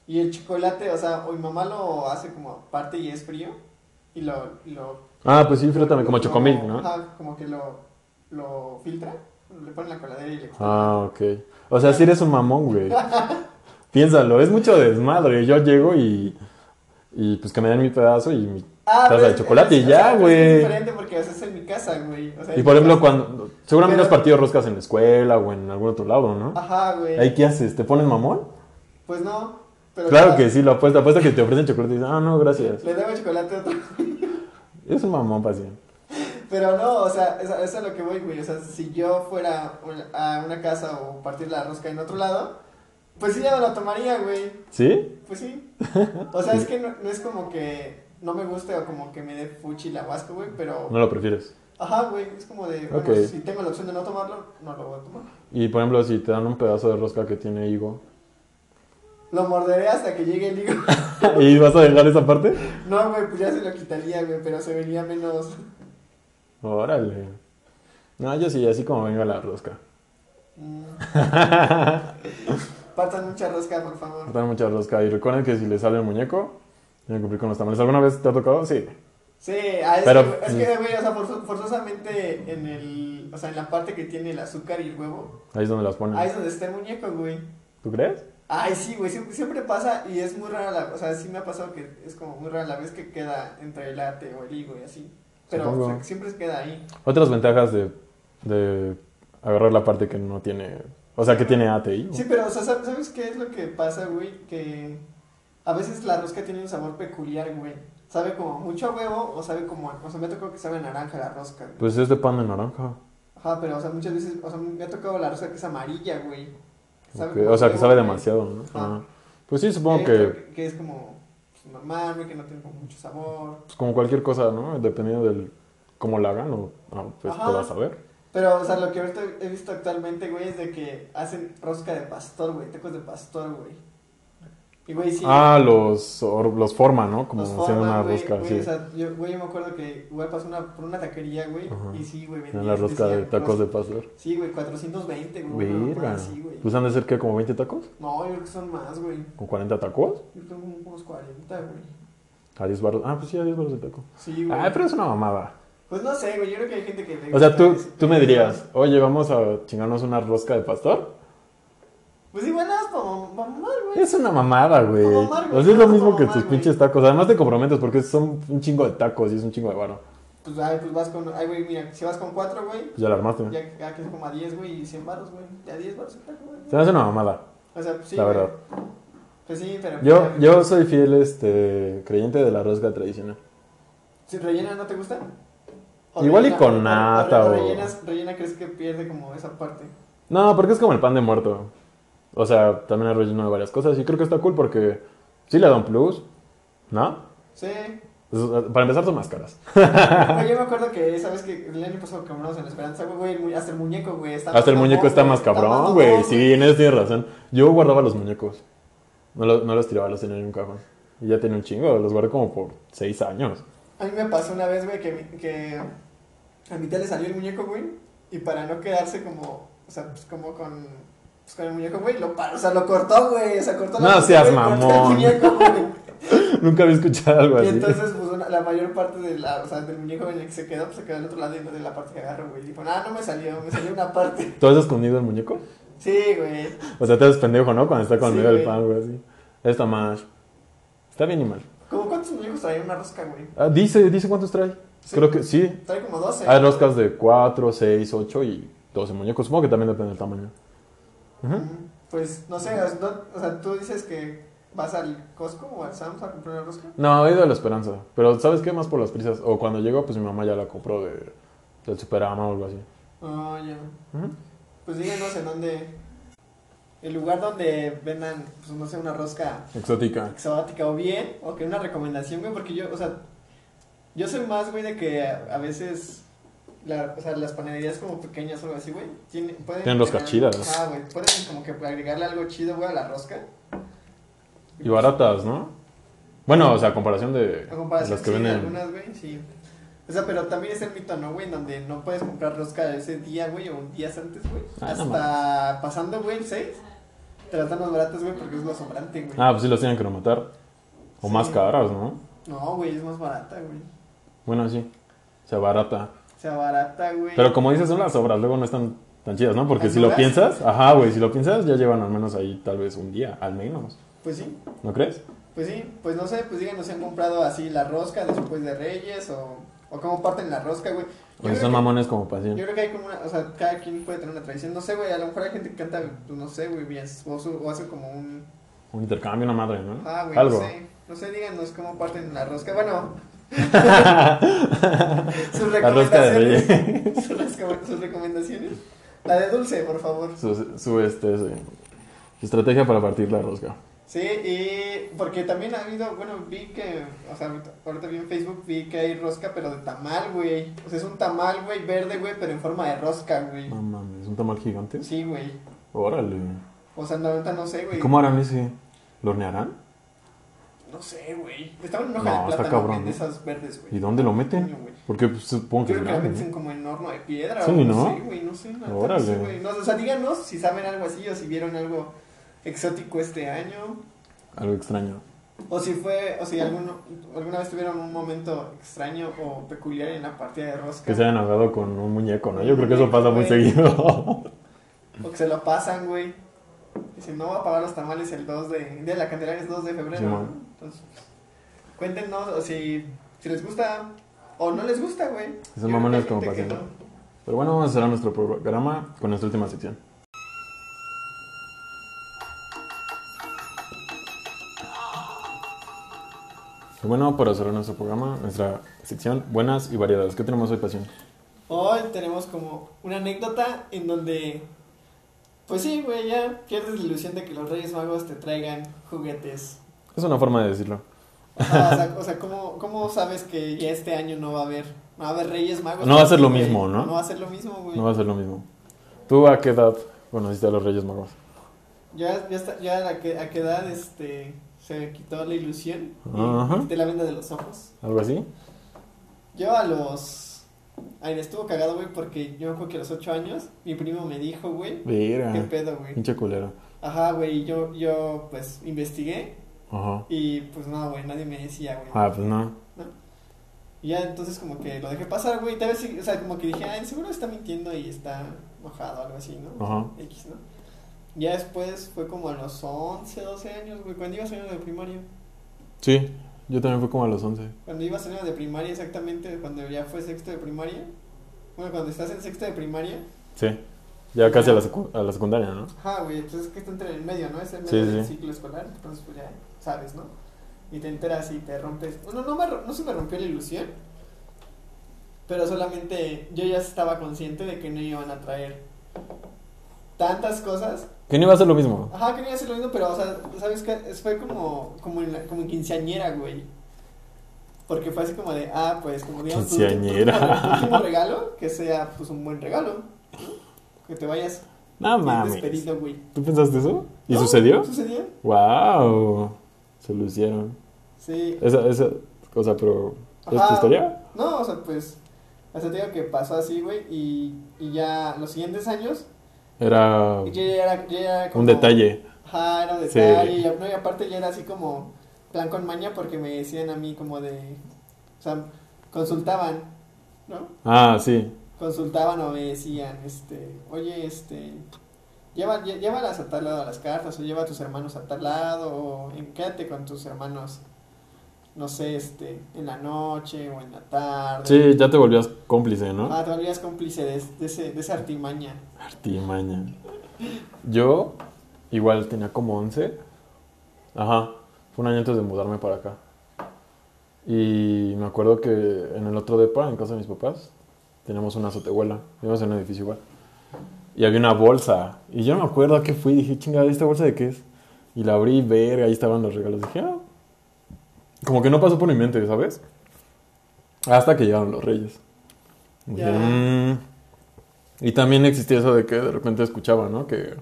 [SPEAKER 2] Y el chocolate, o sea, o mi mamá lo hace como aparte y es frío. Y lo. y lo
[SPEAKER 1] Ah, pues sí, frátame, como
[SPEAKER 2] lo-
[SPEAKER 1] chocomilk, ¿no?
[SPEAKER 2] Ajá, como que lo, lo filtra, le ponen la coladera y le.
[SPEAKER 1] Ah, ok. O sea, sí eres un mamón, güey. Piénsalo, es mucho desmadre. Yo llego y. Y pues que me den mi pedazo y mi
[SPEAKER 2] Ah, pero
[SPEAKER 1] taza de
[SPEAKER 2] es-
[SPEAKER 1] chocolate
[SPEAKER 2] es-
[SPEAKER 1] y
[SPEAKER 2] o
[SPEAKER 1] ya,
[SPEAKER 2] sea, pero Es
[SPEAKER 1] güey.
[SPEAKER 2] diferente porque o sea, es en mi casa, güey. O sea,
[SPEAKER 1] Y
[SPEAKER 2] en
[SPEAKER 1] por
[SPEAKER 2] mi
[SPEAKER 1] ejemplo,
[SPEAKER 2] casa-
[SPEAKER 1] cuando. Seguramente
[SPEAKER 2] Pero- Ah,
[SPEAKER 1] has partido roscas en la escuela o en algún otro lado, ¿no?
[SPEAKER 2] Ajá, güey.
[SPEAKER 1] ¿Ahí qué haces? ¿Te pones mamón?
[SPEAKER 2] Pues no. Pero
[SPEAKER 1] Claro
[SPEAKER 2] ya,
[SPEAKER 1] que sí, lo apuesta. Apuesta que te ofrecen chocolate y dices, ah, no, gracias.
[SPEAKER 2] Le debo chocolate a otro.
[SPEAKER 1] Es un mamón, paciente.
[SPEAKER 2] Pero no, o sea, eso, eso es lo que voy, güey. O sea, si yo fuera un- a una casa o partir la rosca en otro lado, pues sí, ya me la tomaría, güey.
[SPEAKER 1] ¿Sí?
[SPEAKER 2] Pues sí. O sea, es que no, no es como que no me guste o como que me dé fuchi la vasca, güey, pero...
[SPEAKER 1] No lo prefieres.
[SPEAKER 2] Ajá, güey, es como de... Bueno,
[SPEAKER 1] Ok.
[SPEAKER 2] Si tengo la opción de no tomarlo, no lo voy a tomar.
[SPEAKER 1] Y por ejemplo, si te dan un pedazo de rosca que tiene higo,
[SPEAKER 2] Lo morderé hasta que llegue el higo.
[SPEAKER 1] ¿y vas a dejar esa parte?
[SPEAKER 2] No, güey, pues ya se lo quitaría, güey, pero se vería menos...
[SPEAKER 1] Órale. No, yo sí, así como venga la rosca.
[SPEAKER 2] Mm. Partan mucha rosca, por favor.
[SPEAKER 1] Cortan mucha rosca. Y recuerden que si le sale el muñeco, tienen que cumplir con los tamales. ¿Alguna vez te ha tocado? Sí.
[SPEAKER 2] Sí, ah, es,
[SPEAKER 1] Pero-
[SPEAKER 2] que, es que, güey, o sea, forzo- forzosamente en el... O sea, en la parte que tiene el azúcar y el huevo,
[SPEAKER 1] Ahí es donde las ponen.
[SPEAKER 2] ahí es donde está el muñeco, güey.
[SPEAKER 1] ¿Tú crees?
[SPEAKER 2] Ay, sí, güey, siempre, siempre pasa y es muy rara la... O sea, sí me ha pasado que es como muy rara la vez que queda entre el latte o el higo y así. Pero
[SPEAKER 1] Supongo.
[SPEAKER 2] o sea, siempre queda ahí.
[SPEAKER 1] Otras ventajas de, de agarrar la parte que no tiene. O sea, que tiene ATI.
[SPEAKER 2] Sí, pero, o sea, ¿sab- ¿sabes qué es lo que pasa, güey? Que a veces la rosca tiene un sabor peculiar, güey. Sabe como mucho a huevo o sabe como... O sea, me ha tocado que sabe a naranja la rosca, güey.
[SPEAKER 1] Pues es de pan de naranja.
[SPEAKER 2] Ajá, pero, o sea, muchas veces... O sea, me ha tocado la rosca que es amarilla, güey. Sabe
[SPEAKER 1] Ok,
[SPEAKER 2] como
[SPEAKER 1] O sea, que
[SPEAKER 2] huevo,
[SPEAKER 1] sabe
[SPEAKER 2] güey.
[SPEAKER 1] demasiado, ¿no?
[SPEAKER 2] Ajá.
[SPEAKER 1] Ah. Pues sí, supongo
[SPEAKER 2] Eh,
[SPEAKER 1] que.
[SPEAKER 2] Que es como pues, normal, güey, que no tiene como mucho sabor.
[SPEAKER 1] pues, como cualquier cosa, ¿no? Dependiendo del. cómo la hagan, o. ah, pues
[SPEAKER 2] Ajá.
[SPEAKER 1] te vas a ver.
[SPEAKER 2] Pero, o sea, lo que ahorita he visto actualmente, güey, es de que hacen rosca de pastor, güey, tacos de pastor, güey. Y, güey, sí.
[SPEAKER 1] Ah, los, or- los forma, ¿no? Como
[SPEAKER 2] los
[SPEAKER 1] hacer
[SPEAKER 2] forman,
[SPEAKER 1] una
[SPEAKER 2] güey,
[SPEAKER 1] rosca,
[SPEAKER 2] güey,
[SPEAKER 1] sí.
[SPEAKER 2] o sea, yo, güey, yo me acuerdo que, güey, pasé una, por una taquería, güey,
[SPEAKER 1] Ajá.
[SPEAKER 2] y sí, güey, vendían.
[SPEAKER 1] En la rosca de
[SPEAKER 2] decían,
[SPEAKER 1] tacos de
[SPEAKER 2] rosca-
[SPEAKER 1] pastor.
[SPEAKER 2] Sí, güey, 420, güey. una mamada
[SPEAKER 1] Verga.
[SPEAKER 2] así, güey.
[SPEAKER 1] Pues han de ser que como 20 tacos,
[SPEAKER 2] No, yo creo que son más, güey.
[SPEAKER 1] con 40 tacos.
[SPEAKER 2] Yo tengo unos 40, güey.
[SPEAKER 1] A 10 barros. Ah, pues sí, a 10 barros de taco.
[SPEAKER 2] Sí, güey.
[SPEAKER 1] Ah, pero es una mamada.
[SPEAKER 2] Pues no sé, güey, yo creo que hay gente que... le
[SPEAKER 1] O sea,
[SPEAKER 2] gusta
[SPEAKER 1] tú,
[SPEAKER 2] ese-
[SPEAKER 1] tú me dirías, oye, vamos a chingarnos una rosca de pastor.
[SPEAKER 2] Pues igual nada, es como mamar, güey.
[SPEAKER 1] Es una mamada, güey.
[SPEAKER 2] Como mamar, güey.
[SPEAKER 1] O sea, es lo
[SPEAKER 2] Como
[SPEAKER 1] mismo que
[SPEAKER 2] mamar,
[SPEAKER 1] tus
[SPEAKER 2] güey.
[SPEAKER 1] pinches tacos. Además te comprometes porque son un chingo de tacos y es un chingo de barro.
[SPEAKER 2] Pues, ay, pues vas con... Ay, güey, mira, si vas con cuatro, güey,
[SPEAKER 1] Pues Ya la armaste.
[SPEAKER 2] Ya, ya que es como a 10, güey, y 100 baros, güey. Ya 10 baros el taco, güey.
[SPEAKER 1] Se me hace una mamada,
[SPEAKER 2] O sea, pues sí.
[SPEAKER 1] la
[SPEAKER 2] güey.
[SPEAKER 1] verdad.
[SPEAKER 2] Pues sí, pero.
[SPEAKER 1] Yo, yo soy fiel este creyente de la rosca tradicional.
[SPEAKER 2] Si rellena no te gusta.
[SPEAKER 1] Igual y
[SPEAKER 2] rellena-
[SPEAKER 1] con nata, o-
[SPEAKER 2] rellenas- rellena crees que pierde como esa parte.
[SPEAKER 1] No, porque es como el pan de muerto. O sea, también ha relleno de varias cosas y creo que está cool porque sí le da un plus, ¿no?
[SPEAKER 2] Sí.
[SPEAKER 1] Es- eh, Para empezar son más caras.
[SPEAKER 2] Güey, yo me acuerdo que, ¿sabes que El año pasado compramos en la Esperanza, güey, güey, el mu- hasta el muñeco, güey. está
[SPEAKER 1] Hasta el
[SPEAKER 2] mamón,
[SPEAKER 1] muñeco está
[SPEAKER 2] güey,
[SPEAKER 1] más cabrón,
[SPEAKER 2] mamón,
[SPEAKER 1] güey. Sí, en eso tienes razón. Yo guardaba los muñecos. No, lo- no los tiraba, los tenía en un cajón. Y ya tenía un chingo, los guardé como por seis años.
[SPEAKER 2] A mí me pasó una vez, güey, que, mi- que a mi tía le salió el muñeco, güey, y para no quedarse como, o sea, pues como con, pues, con el muñeco, güey, lo, par- o sea, lo cortó, güey, o sea, cortó
[SPEAKER 1] No
[SPEAKER 2] mano,
[SPEAKER 1] seas
[SPEAKER 2] güey, cortó
[SPEAKER 1] mamón.
[SPEAKER 2] El muñeco, güey.
[SPEAKER 1] Nunca había escuchado algo
[SPEAKER 2] Y
[SPEAKER 1] así.
[SPEAKER 2] entonces, pues, una- la mayor parte de la, o sea, del muñeco en el que se quedó, pues, se quedó al otro lado y no de la parte que agarró, güey. Dijo, nada, no me salió, me salió una parte.
[SPEAKER 1] ¿Tú has escondido el muñeco?
[SPEAKER 2] Sí, güey.
[SPEAKER 1] O sea, te haces pendejo, ¿no? Cuando está con el
[SPEAKER 2] Sí,
[SPEAKER 1] medio del
[SPEAKER 2] güey.
[SPEAKER 1] pan, güey, así. Está más. Está bien y mal.
[SPEAKER 2] ¿Cómo cuántos muñecos traía una rosca, güey?
[SPEAKER 1] Ah, dice, dice cuántos trae.
[SPEAKER 2] Sí.
[SPEAKER 1] Creo que sí. Ah,
[SPEAKER 2] Trae como 12.
[SPEAKER 1] Hay roscas de 4, 6, 8 y 12 muñecos. Supongo que también depende del tamaño. Ujú.
[SPEAKER 2] Mm, Pues, no sé, as- no- o sea, tú dices que vas al Costco o al Sam's a comprar una rosca.
[SPEAKER 1] No, he ido a la esperanza. Pero ¿sabes qué? Más por las prisas. O cuando llego, pues mi mamá ya la compró de, del Superama o algo así.
[SPEAKER 2] Oh, ya.
[SPEAKER 1] Ujú.
[SPEAKER 2] Pues díganos en dónde. El lugar donde vendan, pues no sé, una rosca
[SPEAKER 1] Exótica.
[SPEAKER 2] exótica o bien, o que una recomendación, güey, porque yo, o sea, yo soy más, güey, de que a, a veces. la- o sea, las panaderías como pequeñas o algo así, güey. Tienen, pueden
[SPEAKER 1] Tienen roscas
[SPEAKER 2] agregar-
[SPEAKER 1] chidas.
[SPEAKER 2] Ah, güey. Pueden como que agregarle algo chido, güey, a la rosca.
[SPEAKER 1] Y baratas, ¿no? Bueno, o sea, a comparación de
[SPEAKER 2] A comparación,
[SPEAKER 1] las que
[SPEAKER 2] sí, de
[SPEAKER 1] venden.
[SPEAKER 2] algunas, güey, sí. O sea, pero también es el mito, ¿no, güey? En Donde no puedes comprar rosca ese día, güey, o un día antes, güey.
[SPEAKER 1] Ah, no
[SPEAKER 2] Hasta pasando, güey, el 6. Te las dan más baratas, güey, porque es lo sobrante, güey.
[SPEAKER 1] Ah, pues sí las tienen que rematar. O
[SPEAKER 2] Sí.
[SPEAKER 1] más caras, ¿no?
[SPEAKER 2] No, güey, es más barata, güey.
[SPEAKER 1] Bueno, sí. O sea, barata.
[SPEAKER 2] O sea, barata, güey.
[SPEAKER 1] Pero como dices, son las obras, luego no están tan chidas, ¿no? Porque
[SPEAKER 2] ¿Las
[SPEAKER 1] si lo
[SPEAKER 2] obras?
[SPEAKER 1] piensas, ajá, güey, si lo piensas, ya llevan al menos ahí tal vez un día, al menos.
[SPEAKER 2] Pues sí,
[SPEAKER 1] ¿No crees?
[SPEAKER 2] pues sí. Pues no sé, pues díganos si han comprado así la rosca después de Reyes o, o cómo parten la rosca, güey. Yo
[SPEAKER 1] Porque
[SPEAKER 2] creo
[SPEAKER 1] Pues son
[SPEAKER 2] que-
[SPEAKER 1] mamones como
[SPEAKER 2] Yo
[SPEAKER 1] pacientes.
[SPEAKER 2] creo que hay como una, o sea, cada quien puede tener una tradición. No sé, güey, a lo mejor hay gente que canta, pues no sé, güey, bien, o, su- o hace como un
[SPEAKER 1] Un intercambio, una madre, ¿no?
[SPEAKER 2] Ah, güey,
[SPEAKER 1] Algo.
[SPEAKER 2] no sé. No sé, díganos cómo parten la rosca. Bueno, sus
[SPEAKER 1] La rosca de
[SPEAKER 2] recomendaciones. sus, resco- sus recomendaciones. La de dulce, por favor.
[SPEAKER 1] su, su, este, su- su estrategia para partir la rosca.
[SPEAKER 2] Sí, y porque también ha habido, bueno, vi que, o sea, ahorita- ahorita vi en Facebook, vi que hay rosca, pero de tamal, güey. O sea, es un tamal, güey, verde, güey, pero en forma de rosca, güey.
[SPEAKER 1] No mames, un tamal gigante.
[SPEAKER 2] Sí, güey.
[SPEAKER 1] Órale.
[SPEAKER 2] O sea, la neta no sé,
[SPEAKER 1] ¿Y
[SPEAKER 2] güey.
[SPEAKER 1] cómo harán ese? ¿Lo hornearán?
[SPEAKER 2] No sé, güey. Estaba en una hoja
[SPEAKER 1] No,
[SPEAKER 2] de
[SPEAKER 1] está
[SPEAKER 2] plátano,
[SPEAKER 1] cabrón, ¿eh?
[SPEAKER 2] güey, de
[SPEAKER 1] ¿no?
[SPEAKER 2] esas verdes,
[SPEAKER 1] ¿Y
[SPEAKER 2] güey.
[SPEAKER 1] dónde lo meten?
[SPEAKER 2] Coño, güey.
[SPEAKER 1] Porque pues, supongo que
[SPEAKER 2] Creo
[SPEAKER 1] es
[SPEAKER 2] que la
[SPEAKER 1] grande,
[SPEAKER 2] meten
[SPEAKER 1] ¿no?
[SPEAKER 2] como en horno de piedra.
[SPEAKER 1] Sí,
[SPEAKER 2] o no,
[SPEAKER 1] ¿no?
[SPEAKER 2] sé, güey, no sé. la neta
[SPEAKER 1] Órale.
[SPEAKER 2] No sé, güey. No, o sea, díganos si saben algo así o si vieron algo exótico este año.
[SPEAKER 1] Algo extraño.
[SPEAKER 2] O si fue, o si alguno, alguna vez tuvieron un momento extraño o peculiar en la partida de rosca.
[SPEAKER 1] Que se hayan ahogado con un muñeco, ¿no? Yo creo que eso
[SPEAKER 2] Muñeco,
[SPEAKER 1] pasa muy
[SPEAKER 2] güey.
[SPEAKER 1] seguido.
[SPEAKER 2] O que se lo pasan, güey. Dicen, no va a pagar los tamales el 2 de... el día de la Candelaria es 2 de febrero.
[SPEAKER 1] Sí,
[SPEAKER 2] ¿no?
[SPEAKER 1] man.
[SPEAKER 2] Entonces, cuéntenos o si, si les gusta o no les gusta, güey.
[SPEAKER 1] Esos
[SPEAKER 2] Yo creo
[SPEAKER 1] mamones
[SPEAKER 2] que hay
[SPEAKER 1] como
[SPEAKER 2] gente que
[SPEAKER 1] pacientes. Pero bueno, vamos a cerrar nuestro programa con nuestra última sección. Y Bueno, para cerrar nuestro programa, nuestra sección Buenas y Variedades. ¿Qué tenemos hoy, Pasión?
[SPEAKER 2] Hoy tenemos como una anécdota en donde, pues sí, güey, ya pierdes la ilusión de que los Reyes Magos te traigan juguetes.
[SPEAKER 1] Es una forma de decirlo.
[SPEAKER 2] Ajá, o sea, o sea, ¿cómo, cómo sabes que ya este año no va a haber, no va a haber Reyes Magos?
[SPEAKER 1] No va a ser lo
[SPEAKER 2] Güey,
[SPEAKER 1] mismo, ¿no?
[SPEAKER 2] No va a ser lo mismo, güey.
[SPEAKER 1] No va a ser lo mismo. ¿Tú a qué edad conociste a los Reyes Magos?
[SPEAKER 2] Ya, ya, está- ya a, qué, a qué edad este, se quitó la ilusión
[SPEAKER 1] Ajá.
[SPEAKER 2] y te la venda de los ojos.
[SPEAKER 1] ¿Algo así?
[SPEAKER 2] Yo a los... Ay, estuvo cagado, güey, porque yo me acuerdo que a los 8 años mi primo me dijo, güey, qué
[SPEAKER 1] Mira,
[SPEAKER 2] pedo, güey.
[SPEAKER 1] pinche culero.
[SPEAKER 2] Ajá, güey, y yo, yo pues investigué
[SPEAKER 1] Ajá.
[SPEAKER 2] y pues no, güey, nadie me decía, güey.
[SPEAKER 1] Ah, pues no.
[SPEAKER 2] Y ya entonces como que lo dejé pasar, güey, tal vez, sí, o sea, como que dije, ay, seguro está mintiendo y está mojado o algo así, ¿no?
[SPEAKER 1] Ajá.
[SPEAKER 2] X, ¿no? Ya después fue como a los 11, 12 años, güey, cuando iba saliendo de primaria.
[SPEAKER 1] Sí, yo también fui como a los 11.
[SPEAKER 2] Cuando iba saliendo de primaria exactamente, cuando ya fue sexto de primaria. Bueno, cuando estás en sexto de primaria.
[SPEAKER 1] Sí, ya casi a la, secu- a la secundaria, ¿no?
[SPEAKER 2] Ajá, güey, entonces es que está entre el medio, ¿no? Es el
[SPEAKER 1] Sí,
[SPEAKER 2] medio
[SPEAKER 1] sí.
[SPEAKER 2] del ciclo escolar, entonces pues ya sabes, ¿no? Y te enteras y te rompes. Bueno, no, me, ro- no se me rompió la ilusión, Pero solamente yo ya estaba consciente de que no iban a traer tantas cosas.
[SPEAKER 1] Que no iba a ser lo mismo.
[SPEAKER 2] Ajá, quería hacer lo mismo, pero, o sea, ¿sabes qué? Es- Fue como, como, en la- como en quinceañera, güey. Porque fue así como de, ah, pues, como digamos, tu- tu- tu
[SPEAKER 1] Quinceañera.
[SPEAKER 2] último- tu último regalo, que sea, pues, un buen regalo, ¿no? Que te vayas
[SPEAKER 1] No
[SPEAKER 2] bien
[SPEAKER 1] mames.
[SPEAKER 2] despedido, güey.
[SPEAKER 1] ¿Tú pensaste eso? ¿Y
[SPEAKER 2] No,
[SPEAKER 1] sucedió?
[SPEAKER 2] Sucedió,
[SPEAKER 1] ¡Wow! Se lucieron.
[SPEAKER 2] sí.
[SPEAKER 1] Esa, esa, o sea, pero. ¿Es tu
[SPEAKER 2] Ajá.
[SPEAKER 1] historia?
[SPEAKER 2] No, o sea, pues, o sea, te digo que pasó así, güey, y, y ya los siguientes años,
[SPEAKER 1] Era
[SPEAKER 2] yo ya era, yo ya era como-
[SPEAKER 1] un detalle.
[SPEAKER 2] Ajá, era un
[SPEAKER 1] Sí.
[SPEAKER 2] detalle, y, no, y aparte ya era así como plan con maña porque me decían a mí como de, o sea, consultaban, ¿no?
[SPEAKER 1] Ah, sí.
[SPEAKER 2] Consultaban o me decían, este, oye, este, lleva, lle- llévalas a tal lado las cartas, o lleva a tus hermanos a tal lado, o en- quédate con tus hermanos, no sé, este, en la noche o en la tarde.
[SPEAKER 1] Sí, ya te volvías cómplice, ¿no?
[SPEAKER 2] Ah, todavía es cómplice de, de ese, de esa artimaña.
[SPEAKER 1] Artimaña. Yo igual tenía como 11. Ajá. Fue un año antes de mudarme para acá. Y me acuerdo que en el otro depa, en casa de mis papás, teníamos una azotehuela. Vivíamos en un edificio igual. Y había una bolsa. Y yo no me acuerdo a qué fui. Dije, chingada, ¿esta bolsa de qué es? Y la abrí, verga, ahí estaban los regalos. Dije, ah. Como que no pasó por mi mente, ¿sabes? Hasta que llegaron los reyes. Dije,
[SPEAKER 2] Ya.
[SPEAKER 1] "Mm". Y también existía eso de que de repente escuchaba, ¿no? Que,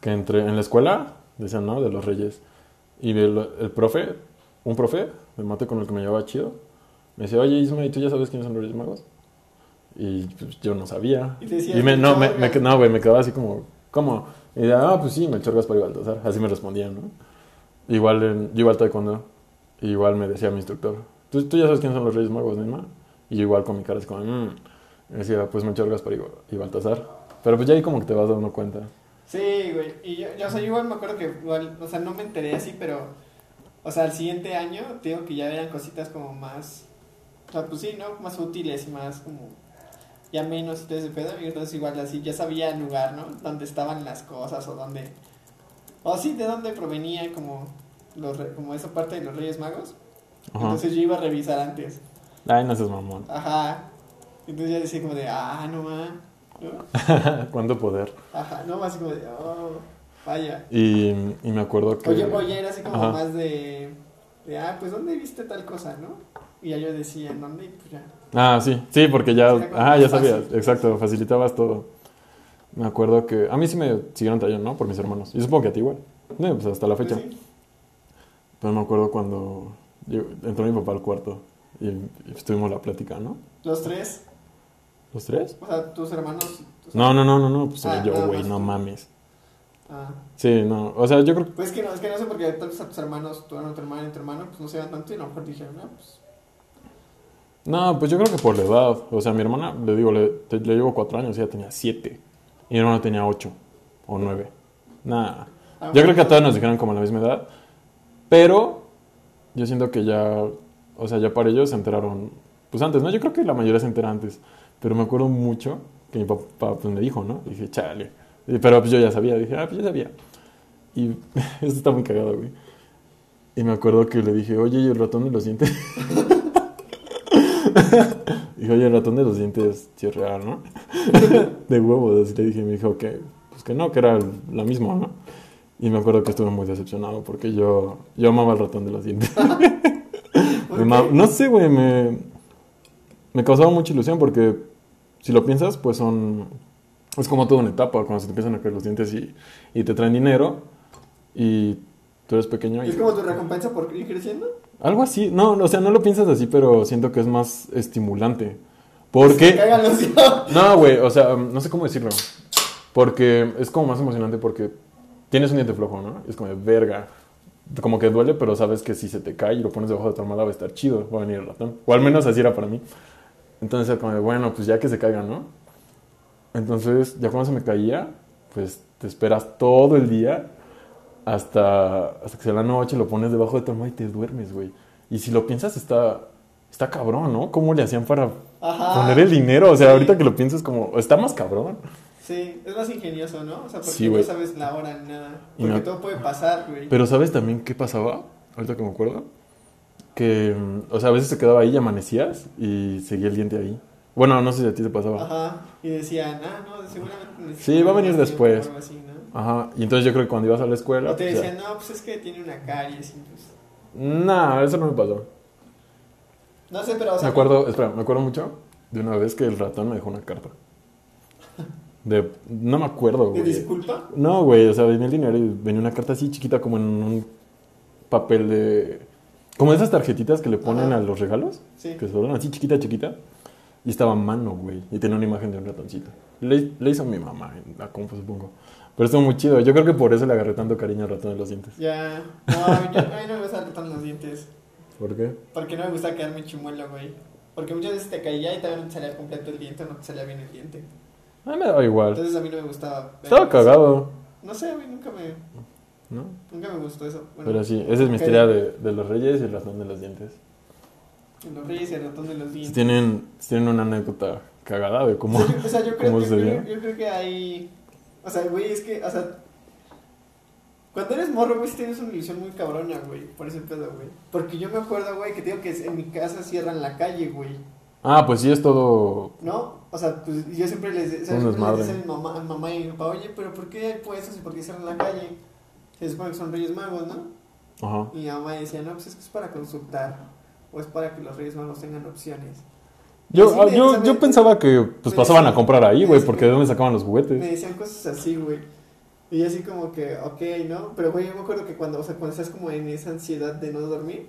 [SPEAKER 1] que entre, en la escuela decían, ¿no? De los reyes. Y el, el profe, un profe de mate con el que me llevaba chido, me decía, oye Isma, ¿y tú ya sabes quiénes son los reyes magos? Y pues, yo no sabía.
[SPEAKER 2] Y te decías,
[SPEAKER 1] me, no, me,
[SPEAKER 2] "Chorgas".
[SPEAKER 1] me- no, güey, me quedaba así como, ¿cómo? Y decía, ah, pues sí, Melchor Gaspar y Baltasar. Así me respondían, ¿no? Igual, en- yo igual taekwondo. Igual me decía mi instructor, ¿tú, tú ya sabes quiénes son los reyes magos, Isma? Y yo igual con mi cara así como, "Mm". Y decía, pues Melchor Gaspar y, Ba- y Baltasar. Pero pues ya ahí como que te vas dando cuenta.
[SPEAKER 2] Sí, güey. Y yo, yo, o sea, yo igual me acuerdo que igual, o sea, no me enteré así, pero, o sea, al siguiente año, te digo que ya eran cositas como más, o sea, pues sí, ¿no? Más útiles y más como, ya menos y todo ese pedo. Y entonces igual así, ya sabía el lugar, ¿no? Dónde estaban las cosas o dónde, o sí, de dónde provenía como, los, re- como esa parte de los Reyes Magos.
[SPEAKER 1] Ajá.
[SPEAKER 2] Entonces yo iba a revisar antes.
[SPEAKER 1] Ay, no seas mamón.
[SPEAKER 2] Ajá. Entonces ya decía como de, ah, no más, ¿no?
[SPEAKER 1] ¿eh? Cuánto poder.
[SPEAKER 2] Ajá, no, así como de, oh, vaya.
[SPEAKER 1] Y, y me acuerdo que...
[SPEAKER 2] Oye, oye, era así como
[SPEAKER 1] Ajá.
[SPEAKER 2] más de, de, ah, pues ¿dónde viste tal cosa, no? Y ya yo decía, ¿en dónde? Y pues ya.
[SPEAKER 1] Ah, sí, sí, porque ya,
[SPEAKER 2] Era como
[SPEAKER 1] ajá, ya
[SPEAKER 2] más
[SPEAKER 1] sabías,
[SPEAKER 2] fácil.
[SPEAKER 1] exacto, facilitabas todo. Me acuerdo que a mí sí me siguieron trayendo, ¿no? Por mis hermanos. Y supongo que a ti igual. No, pues hasta la fecha.
[SPEAKER 2] Pues sí.
[SPEAKER 1] Pero me acuerdo cuando llegó- entró mi papá al cuarto y, y tuvimos la plática, ¿no?
[SPEAKER 2] Los tres,
[SPEAKER 1] ¿Los tres?
[SPEAKER 2] o sea, tus hermanos. tus-
[SPEAKER 1] No, no, no, no, no, pues
[SPEAKER 2] Ah,
[SPEAKER 1] yo,
[SPEAKER 2] nada
[SPEAKER 1] güey,
[SPEAKER 2] más
[SPEAKER 1] no
[SPEAKER 2] tú.
[SPEAKER 1] mames.
[SPEAKER 2] Ah.
[SPEAKER 1] Sí, no, o sea, yo creo que...
[SPEAKER 2] Pues es que no, es que no sé porque tal vez a tus hermanos, tu hermano, tu hermana y tu hermano, pues no se vean tanto y a lo mejor dijeron, no, pues.
[SPEAKER 1] No, pues yo creo que por la edad. O sea, mi hermana, le digo, le, te- le llevo cuatro años, ella tenía siete. Y mi hermana tenía ocho o nueve. Nada.
[SPEAKER 2] a lo
[SPEAKER 1] Yo creo
[SPEAKER 2] mejor
[SPEAKER 1] que a todos nos
[SPEAKER 2] no-
[SPEAKER 1] dijeron como a la misma edad. Pero yo siento que ya, o sea, ya para ellos se enteraron, pues antes, ¿no? Yo creo que la mayoría se entera antes. Pero me acuerdo mucho que mi papá pues, me dijo, ¿no? Dije, chale. Y- Pero pues yo ya sabía, dije, ah, pues yo sabía. Y esto está muy cagado, güey. Y me acuerdo que le dije, oye, ¿y el ratón de los dientes? Dije, oye, el ratón de los dientes, sí es real, ¿no? de huevos, así le dije, me dijo que, pues que no, que era lo mismo, ¿no? Y me acuerdo que estuve muy decepcionado porque yo, yo amaba el ratón de los dientes.
[SPEAKER 2] ¿Por
[SPEAKER 1] Me
[SPEAKER 2] qué?
[SPEAKER 1] ma- no sé, güey, me, me causaba mucha ilusión porque si lo piensas, pues son. Es como toda una etapa cuando se te empiezan a caer los dientes y, y te traen dinero y tú eres pequeño. Y,
[SPEAKER 2] Es como tu recompensa por ir creciendo.
[SPEAKER 1] Algo así, no, no, o sea, no lo piensas así, pero siento que es más estimulante.
[SPEAKER 2] Que
[SPEAKER 1] Porque.
[SPEAKER 2] Cagan los hijos.
[SPEAKER 1] No, güey, o sea, um, no sé cómo decirlo. Porque es como más emocionante porque tienes un diente flojo, ¿no? Es como de verga. Como que duele, pero sabes que si se te cae y lo pones debajo de tu almohada va a estar chido, va a venir el ratón. O al menos así era para mí. Entonces era como de, bueno, pues ya que se caiga, ¿no? Entonces, ya cuando se me caía, pues te esperas todo el día hasta, hasta que sea la noche, lo pones debajo de tu almohada y te duermes, güey. Y si lo piensas, está, está cabrón, ¿no? ¿Cómo le hacían para
[SPEAKER 2] Ajá.
[SPEAKER 1] poner el dinero? O sea,
[SPEAKER 2] Sí.
[SPEAKER 1] ahorita que lo piensas, como, está más cabrón.
[SPEAKER 2] Sí, es más ingenioso, ¿no? O sea, porque
[SPEAKER 1] Sí,
[SPEAKER 2] no
[SPEAKER 1] güey.
[SPEAKER 2] sabes la hora ni nada.
[SPEAKER 1] Y
[SPEAKER 2] Porque
[SPEAKER 1] me-
[SPEAKER 2] todo puede pasar, güey.
[SPEAKER 1] Pero ¿sabes también qué pasaba? Ahorita que me acuerdo. que, mm, o sea, a veces te quedaba ahí y amanecías y seguía el diente ahí. Bueno, no sé si a ti te pasaba. Ajá.
[SPEAKER 2] Ajá. Y decían, ah, no, seguramente necesito
[SPEAKER 1] Sí, va a venir
[SPEAKER 2] más tiempo
[SPEAKER 1] después.
[SPEAKER 2] o algo así, ¿no?
[SPEAKER 1] Y entonces yo creo que cuando ibas a la escuela...
[SPEAKER 2] O te
[SPEAKER 1] pues, ya-
[SPEAKER 2] decían, no, pues es que tiene una caries. y pues,
[SPEAKER 1] Nah, eso no me pasó.
[SPEAKER 2] No sé, pero o
[SPEAKER 1] Me
[SPEAKER 2] sea,
[SPEAKER 1] acuerdo, espera, me acuerdo mucho de una vez que el ratón me dejó una carta. De, no me acuerdo,
[SPEAKER 2] ¿de
[SPEAKER 1] güey.
[SPEAKER 2] disculpa?
[SPEAKER 1] No, güey, o sea, venía el dinero y venía una carta así chiquita como en un papel de... Como esas tarjetitas que le ponen
[SPEAKER 2] Ajá.
[SPEAKER 1] a los regalos,
[SPEAKER 2] Sí.
[SPEAKER 1] que se doblan así chiquita, chiquita. Y estaba a mano, güey, y tenía una imagen de un ratoncito. Le, le hizo mi mamá en la compu, supongo. Pero estuvo muy chido. Yo creo que por eso le agarré tanto cariño al ratón de los dientes.
[SPEAKER 2] Ya. No, yo, a mí no me gusta tan los dientes.
[SPEAKER 1] ¿Por qué?
[SPEAKER 2] Porque no me gusta quedarme chimuelo, güey. Porque muchas veces te caía y también no te salía completo el diente, no te salía bien el diente.
[SPEAKER 1] A mí Ah, me daba igual.
[SPEAKER 2] Entonces a mí no me gustaba. ver
[SPEAKER 1] Estaba
[SPEAKER 2] eso.
[SPEAKER 1] cagado,
[SPEAKER 2] No sé, a mí nunca me,
[SPEAKER 1] ¿no?
[SPEAKER 2] nunca me gustó eso. Bueno,
[SPEAKER 1] Pero sí, esa es mi
[SPEAKER 2] ok.
[SPEAKER 1] historia de, de los reyes y el ratón de los dientes.
[SPEAKER 2] Los reyes y el ratón de los
[SPEAKER 1] Si
[SPEAKER 2] dientes.
[SPEAKER 1] tienen, si tienen una anécdota cagada de cómo...
[SPEAKER 2] O sea, yo, o sea, yo creo,
[SPEAKER 1] ¿Cómo
[SPEAKER 2] yo,
[SPEAKER 1] se
[SPEAKER 2] creo,
[SPEAKER 1] dio?
[SPEAKER 2] yo creo que hay. O sea, güey, es que, o sea. Cuando eres morro, güey, sí tienes una ilusión muy cabrona, güey. Por ese pedo, güey. Porque yo me acuerdo, güey, que te digo que en mi casa cierran la calle, güey.
[SPEAKER 1] Ah, pues sí, es todo...
[SPEAKER 2] ¿No? O sea, pues yo siempre les, o sea,
[SPEAKER 1] Un
[SPEAKER 2] siempre les
[SPEAKER 1] desmadre.
[SPEAKER 2] decía a mi mamá, a mi mamá y a mi papá, oye, pero ¿por qué hay puestos y por qué cierran la calle? Se supone que son Reyes Magos, ¿no?
[SPEAKER 1] Ajá.
[SPEAKER 2] Y mi mamá decía, no, pues es que es para consultar. O es para que los Reyes Magos tengan opciones.
[SPEAKER 1] Yo,
[SPEAKER 2] Pues Sí,
[SPEAKER 1] ah,
[SPEAKER 2] me-
[SPEAKER 1] yo,
[SPEAKER 2] ¿sabes?
[SPEAKER 1] yo pensaba que pues,
[SPEAKER 2] Me
[SPEAKER 1] pasaban
[SPEAKER 2] decía-
[SPEAKER 1] a comprar ahí,
[SPEAKER 2] me
[SPEAKER 1] güey,
[SPEAKER 2] decía-
[SPEAKER 1] porque de dónde sacaban los
[SPEAKER 2] Me
[SPEAKER 1] juguetes.
[SPEAKER 2] decían cosas así, güey. Y yo así como que, ok, ¿no? Pero, güey, yo me acuerdo que cuando, o sea, cuando estás como en esa ansiedad de no dormir,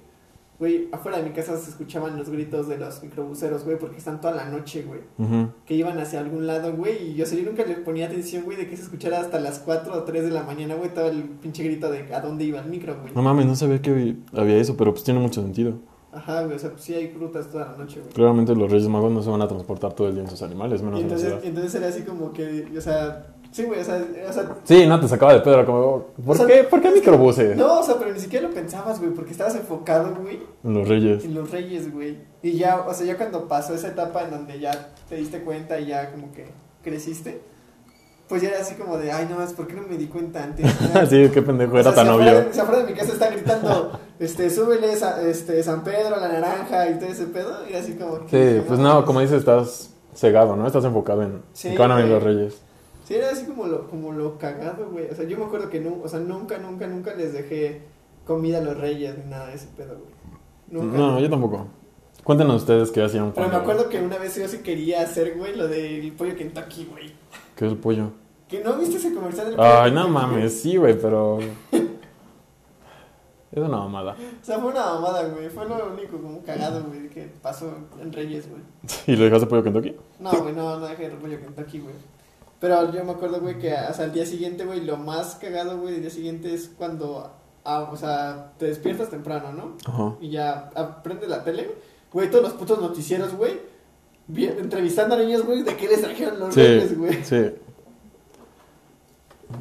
[SPEAKER 2] güey, afuera de mi casa se escuchaban los gritos de los microbuseros, güey, porque están toda la noche, güey.
[SPEAKER 1] Ujú.
[SPEAKER 2] que iban hacia algún lado, güey, y yo, o sea, yo nunca le ponía atención, güey, de que se escuchara hasta las 4 o 3 de la mañana, güey, todo el pinche grito de a dónde iba el micro, güey.
[SPEAKER 1] No mames, no sabía que había eso, pero pues tiene mucho sentido.
[SPEAKER 2] Ajá, güey, o sea, pues sí hay rutas toda la noche, güey.
[SPEAKER 1] Claramente los Reyes Magos no se van a transportar todo el día en sus animales, menos
[SPEAKER 2] Y
[SPEAKER 1] en la
[SPEAKER 2] entonces,
[SPEAKER 1] ciudad.
[SPEAKER 2] y entonces era así como que, o sea, sí, güey, o sea, o sea,
[SPEAKER 1] Sí, no, te sacaba de pedra como... oh, ¿Por
[SPEAKER 2] O sea,
[SPEAKER 1] qué? ¿Por qué
[SPEAKER 2] es que-
[SPEAKER 1] microbuses?
[SPEAKER 2] no, o sea, pero ni siquiera lo pensabas, güey, porque estabas enfocado, güey,
[SPEAKER 1] En Los Reyes.
[SPEAKER 2] en los reyes, güey. Y ya, o sea, ya cuando pasó esa etapa en donde ya te diste cuenta y ya como que creciste, pues ya era así como de, ay, no más, ¿por qué no me di cuenta antes?
[SPEAKER 1] sí, qué pendejo,
[SPEAKER 2] O
[SPEAKER 1] era
[SPEAKER 2] sea,
[SPEAKER 1] tan
[SPEAKER 2] si afuera
[SPEAKER 1] obvio.
[SPEAKER 2] de- si afuera de mi casa están gritando, este, súbele sa- este, San Pedro, la naranja y todo ese pedo. Y así como. que-
[SPEAKER 1] Sí, pues no, como dices, estás cegado, ¿no? Estás enfocado en,
[SPEAKER 2] Sí,
[SPEAKER 1] en que van a venir
[SPEAKER 2] güey.
[SPEAKER 1] los Reyes.
[SPEAKER 2] Sí, era así como lo, como lo cagado, güey. O sea, yo me acuerdo que no, o sea, nunca, nunca, nunca les dejé comida a los reyes ni nada de ese pedo, güey. Nunca.
[SPEAKER 1] No, yo tampoco. Cuéntenos ustedes qué hacían
[SPEAKER 2] Pero me
[SPEAKER 1] cuando-
[SPEAKER 2] acuerdo que una vez yo sí quería hacer, güey, lo del pollo Kentucky, güey.
[SPEAKER 1] ¿Qué es el pollo?
[SPEAKER 2] ¿Que no viste ese comercial del pollo
[SPEAKER 1] Ay, no
[SPEAKER 2] Kentucky, güey?
[SPEAKER 1] mames, sí, güey, pero... Es una mamada.
[SPEAKER 2] O sea, fue una mamada, güey. Fue lo único como cagado, güey, que pasó en Reyes, güey.
[SPEAKER 1] ¿Y le dejaste pollo Kentucky?
[SPEAKER 2] No, güey, no, no dejé el rollo Kentucky, güey. Pero yo me acuerdo, güey, que hasta el día siguiente, güey, lo más cagado, güey, del día siguiente es cuando, ah, o sea, te despiertas temprano, ¿no?
[SPEAKER 1] Ajá.
[SPEAKER 2] Y ya ah, prendes la tele, güey, todos los putos noticieros, güey, vi- entrevistando a niños, güey, de qué les trajeron los reyes, güey.
[SPEAKER 1] Sí, sí.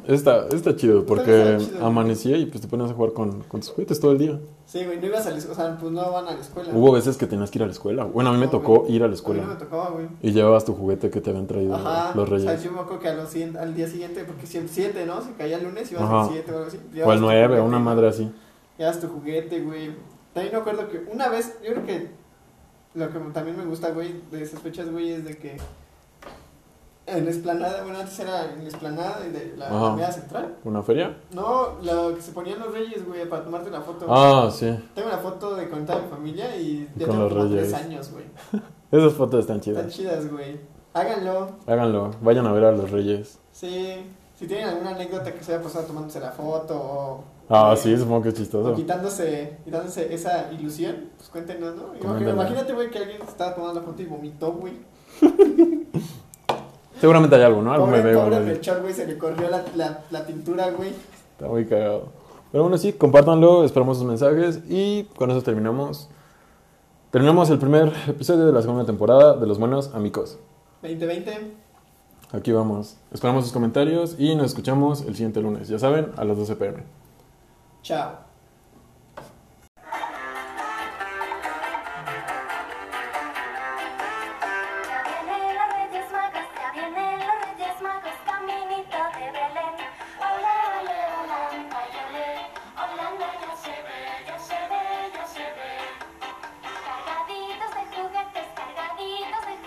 [SPEAKER 1] Está, está chido, porque
[SPEAKER 2] está chido.
[SPEAKER 1] amanecía y pues te ponías a jugar con, con tus juguetes todo el día.
[SPEAKER 2] Sí, güey, no ibas a la escuela, o sea, pues no van a la escuela.
[SPEAKER 1] Hubo veces que tenías que ir a la escuela. Bueno, a mí me
[SPEAKER 2] No,
[SPEAKER 1] tocó
[SPEAKER 2] güey.
[SPEAKER 1] ir a la
[SPEAKER 2] A mí no
[SPEAKER 1] escuela.
[SPEAKER 2] me tocaba, güey.
[SPEAKER 1] Y llevabas tu juguete que te habían traído
[SPEAKER 2] Ajá,
[SPEAKER 1] los
[SPEAKER 2] o sea,
[SPEAKER 1] reyes.
[SPEAKER 2] yo me acuerdo que a los cien- al día siguiente, porque si el 7, ¿no? Se caía el lunes, ibas
[SPEAKER 1] Ajá.
[SPEAKER 2] al 7 o algo así.
[SPEAKER 1] O el 9,
[SPEAKER 2] o
[SPEAKER 1] una madre así.
[SPEAKER 2] Ya tu juguete, güey. También me acuerdo que una vez, yo creo que lo que también me gusta, güey, de esas fechas, güey, es de que en la esplanada, bueno, antes era en la esplanada y de la
[SPEAKER 1] Ajá.
[SPEAKER 2] alameda central.
[SPEAKER 1] ¿Una feria?
[SPEAKER 2] No, lo que se ponían los reyes, güey, para tomarte la foto. güey.
[SPEAKER 1] Ah, sí.
[SPEAKER 2] Tengo la foto de contar a mi familia y ya
[SPEAKER 1] Con
[SPEAKER 2] tengo
[SPEAKER 1] los
[SPEAKER 2] como tres
[SPEAKER 1] reyes.
[SPEAKER 2] años, güey.
[SPEAKER 1] Esas fotos están chidas.
[SPEAKER 2] Están chidas, güey. Háganlo.
[SPEAKER 1] Háganlo, vayan a ver a los reyes.
[SPEAKER 2] Sí. Si tienen alguna anécdota que se haya pasado tomándose la foto o...
[SPEAKER 1] Ah,
[SPEAKER 2] eh,
[SPEAKER 1] sí, supongo que es
[SPEAKER 2] O
[SPEAKER 1] chistoso.
[SPEAKER 2] quitándose, quitándose esa ilusión, pues cuéntenos, ¿no? Imagínate,
[SPEAKER 1] Coméntenla.
[SPEAKER 2] imagínate, güey, que alguien estaba tomando la foto y vomitó, güey.
[SPEAKER 1] Seguramente hay algo, ¿no? Algo Ah, me
[SPEAKER 2] Pobre,
[SPEAKER 1] veo.
[SPEAKER 2] pobre Melchor, güey, se le corrió la, la, la pintura, güey.
[SPEAKER 1] Está muy cagado. Pero bueno, sí, compártanlo, esperamos sus mensajes y con eso terminamos. Terminamos el primer episodio de la segunda temporada de Los Buenos Amigos.
[SPEAKER 2] 2020.
[SPEAKER 1] Aquí vamos. Esperamos sus comentarios y nos escuchamos el siguiente lunes, ya saben, a las 12 pm.
[SPEAKER 2] Chao.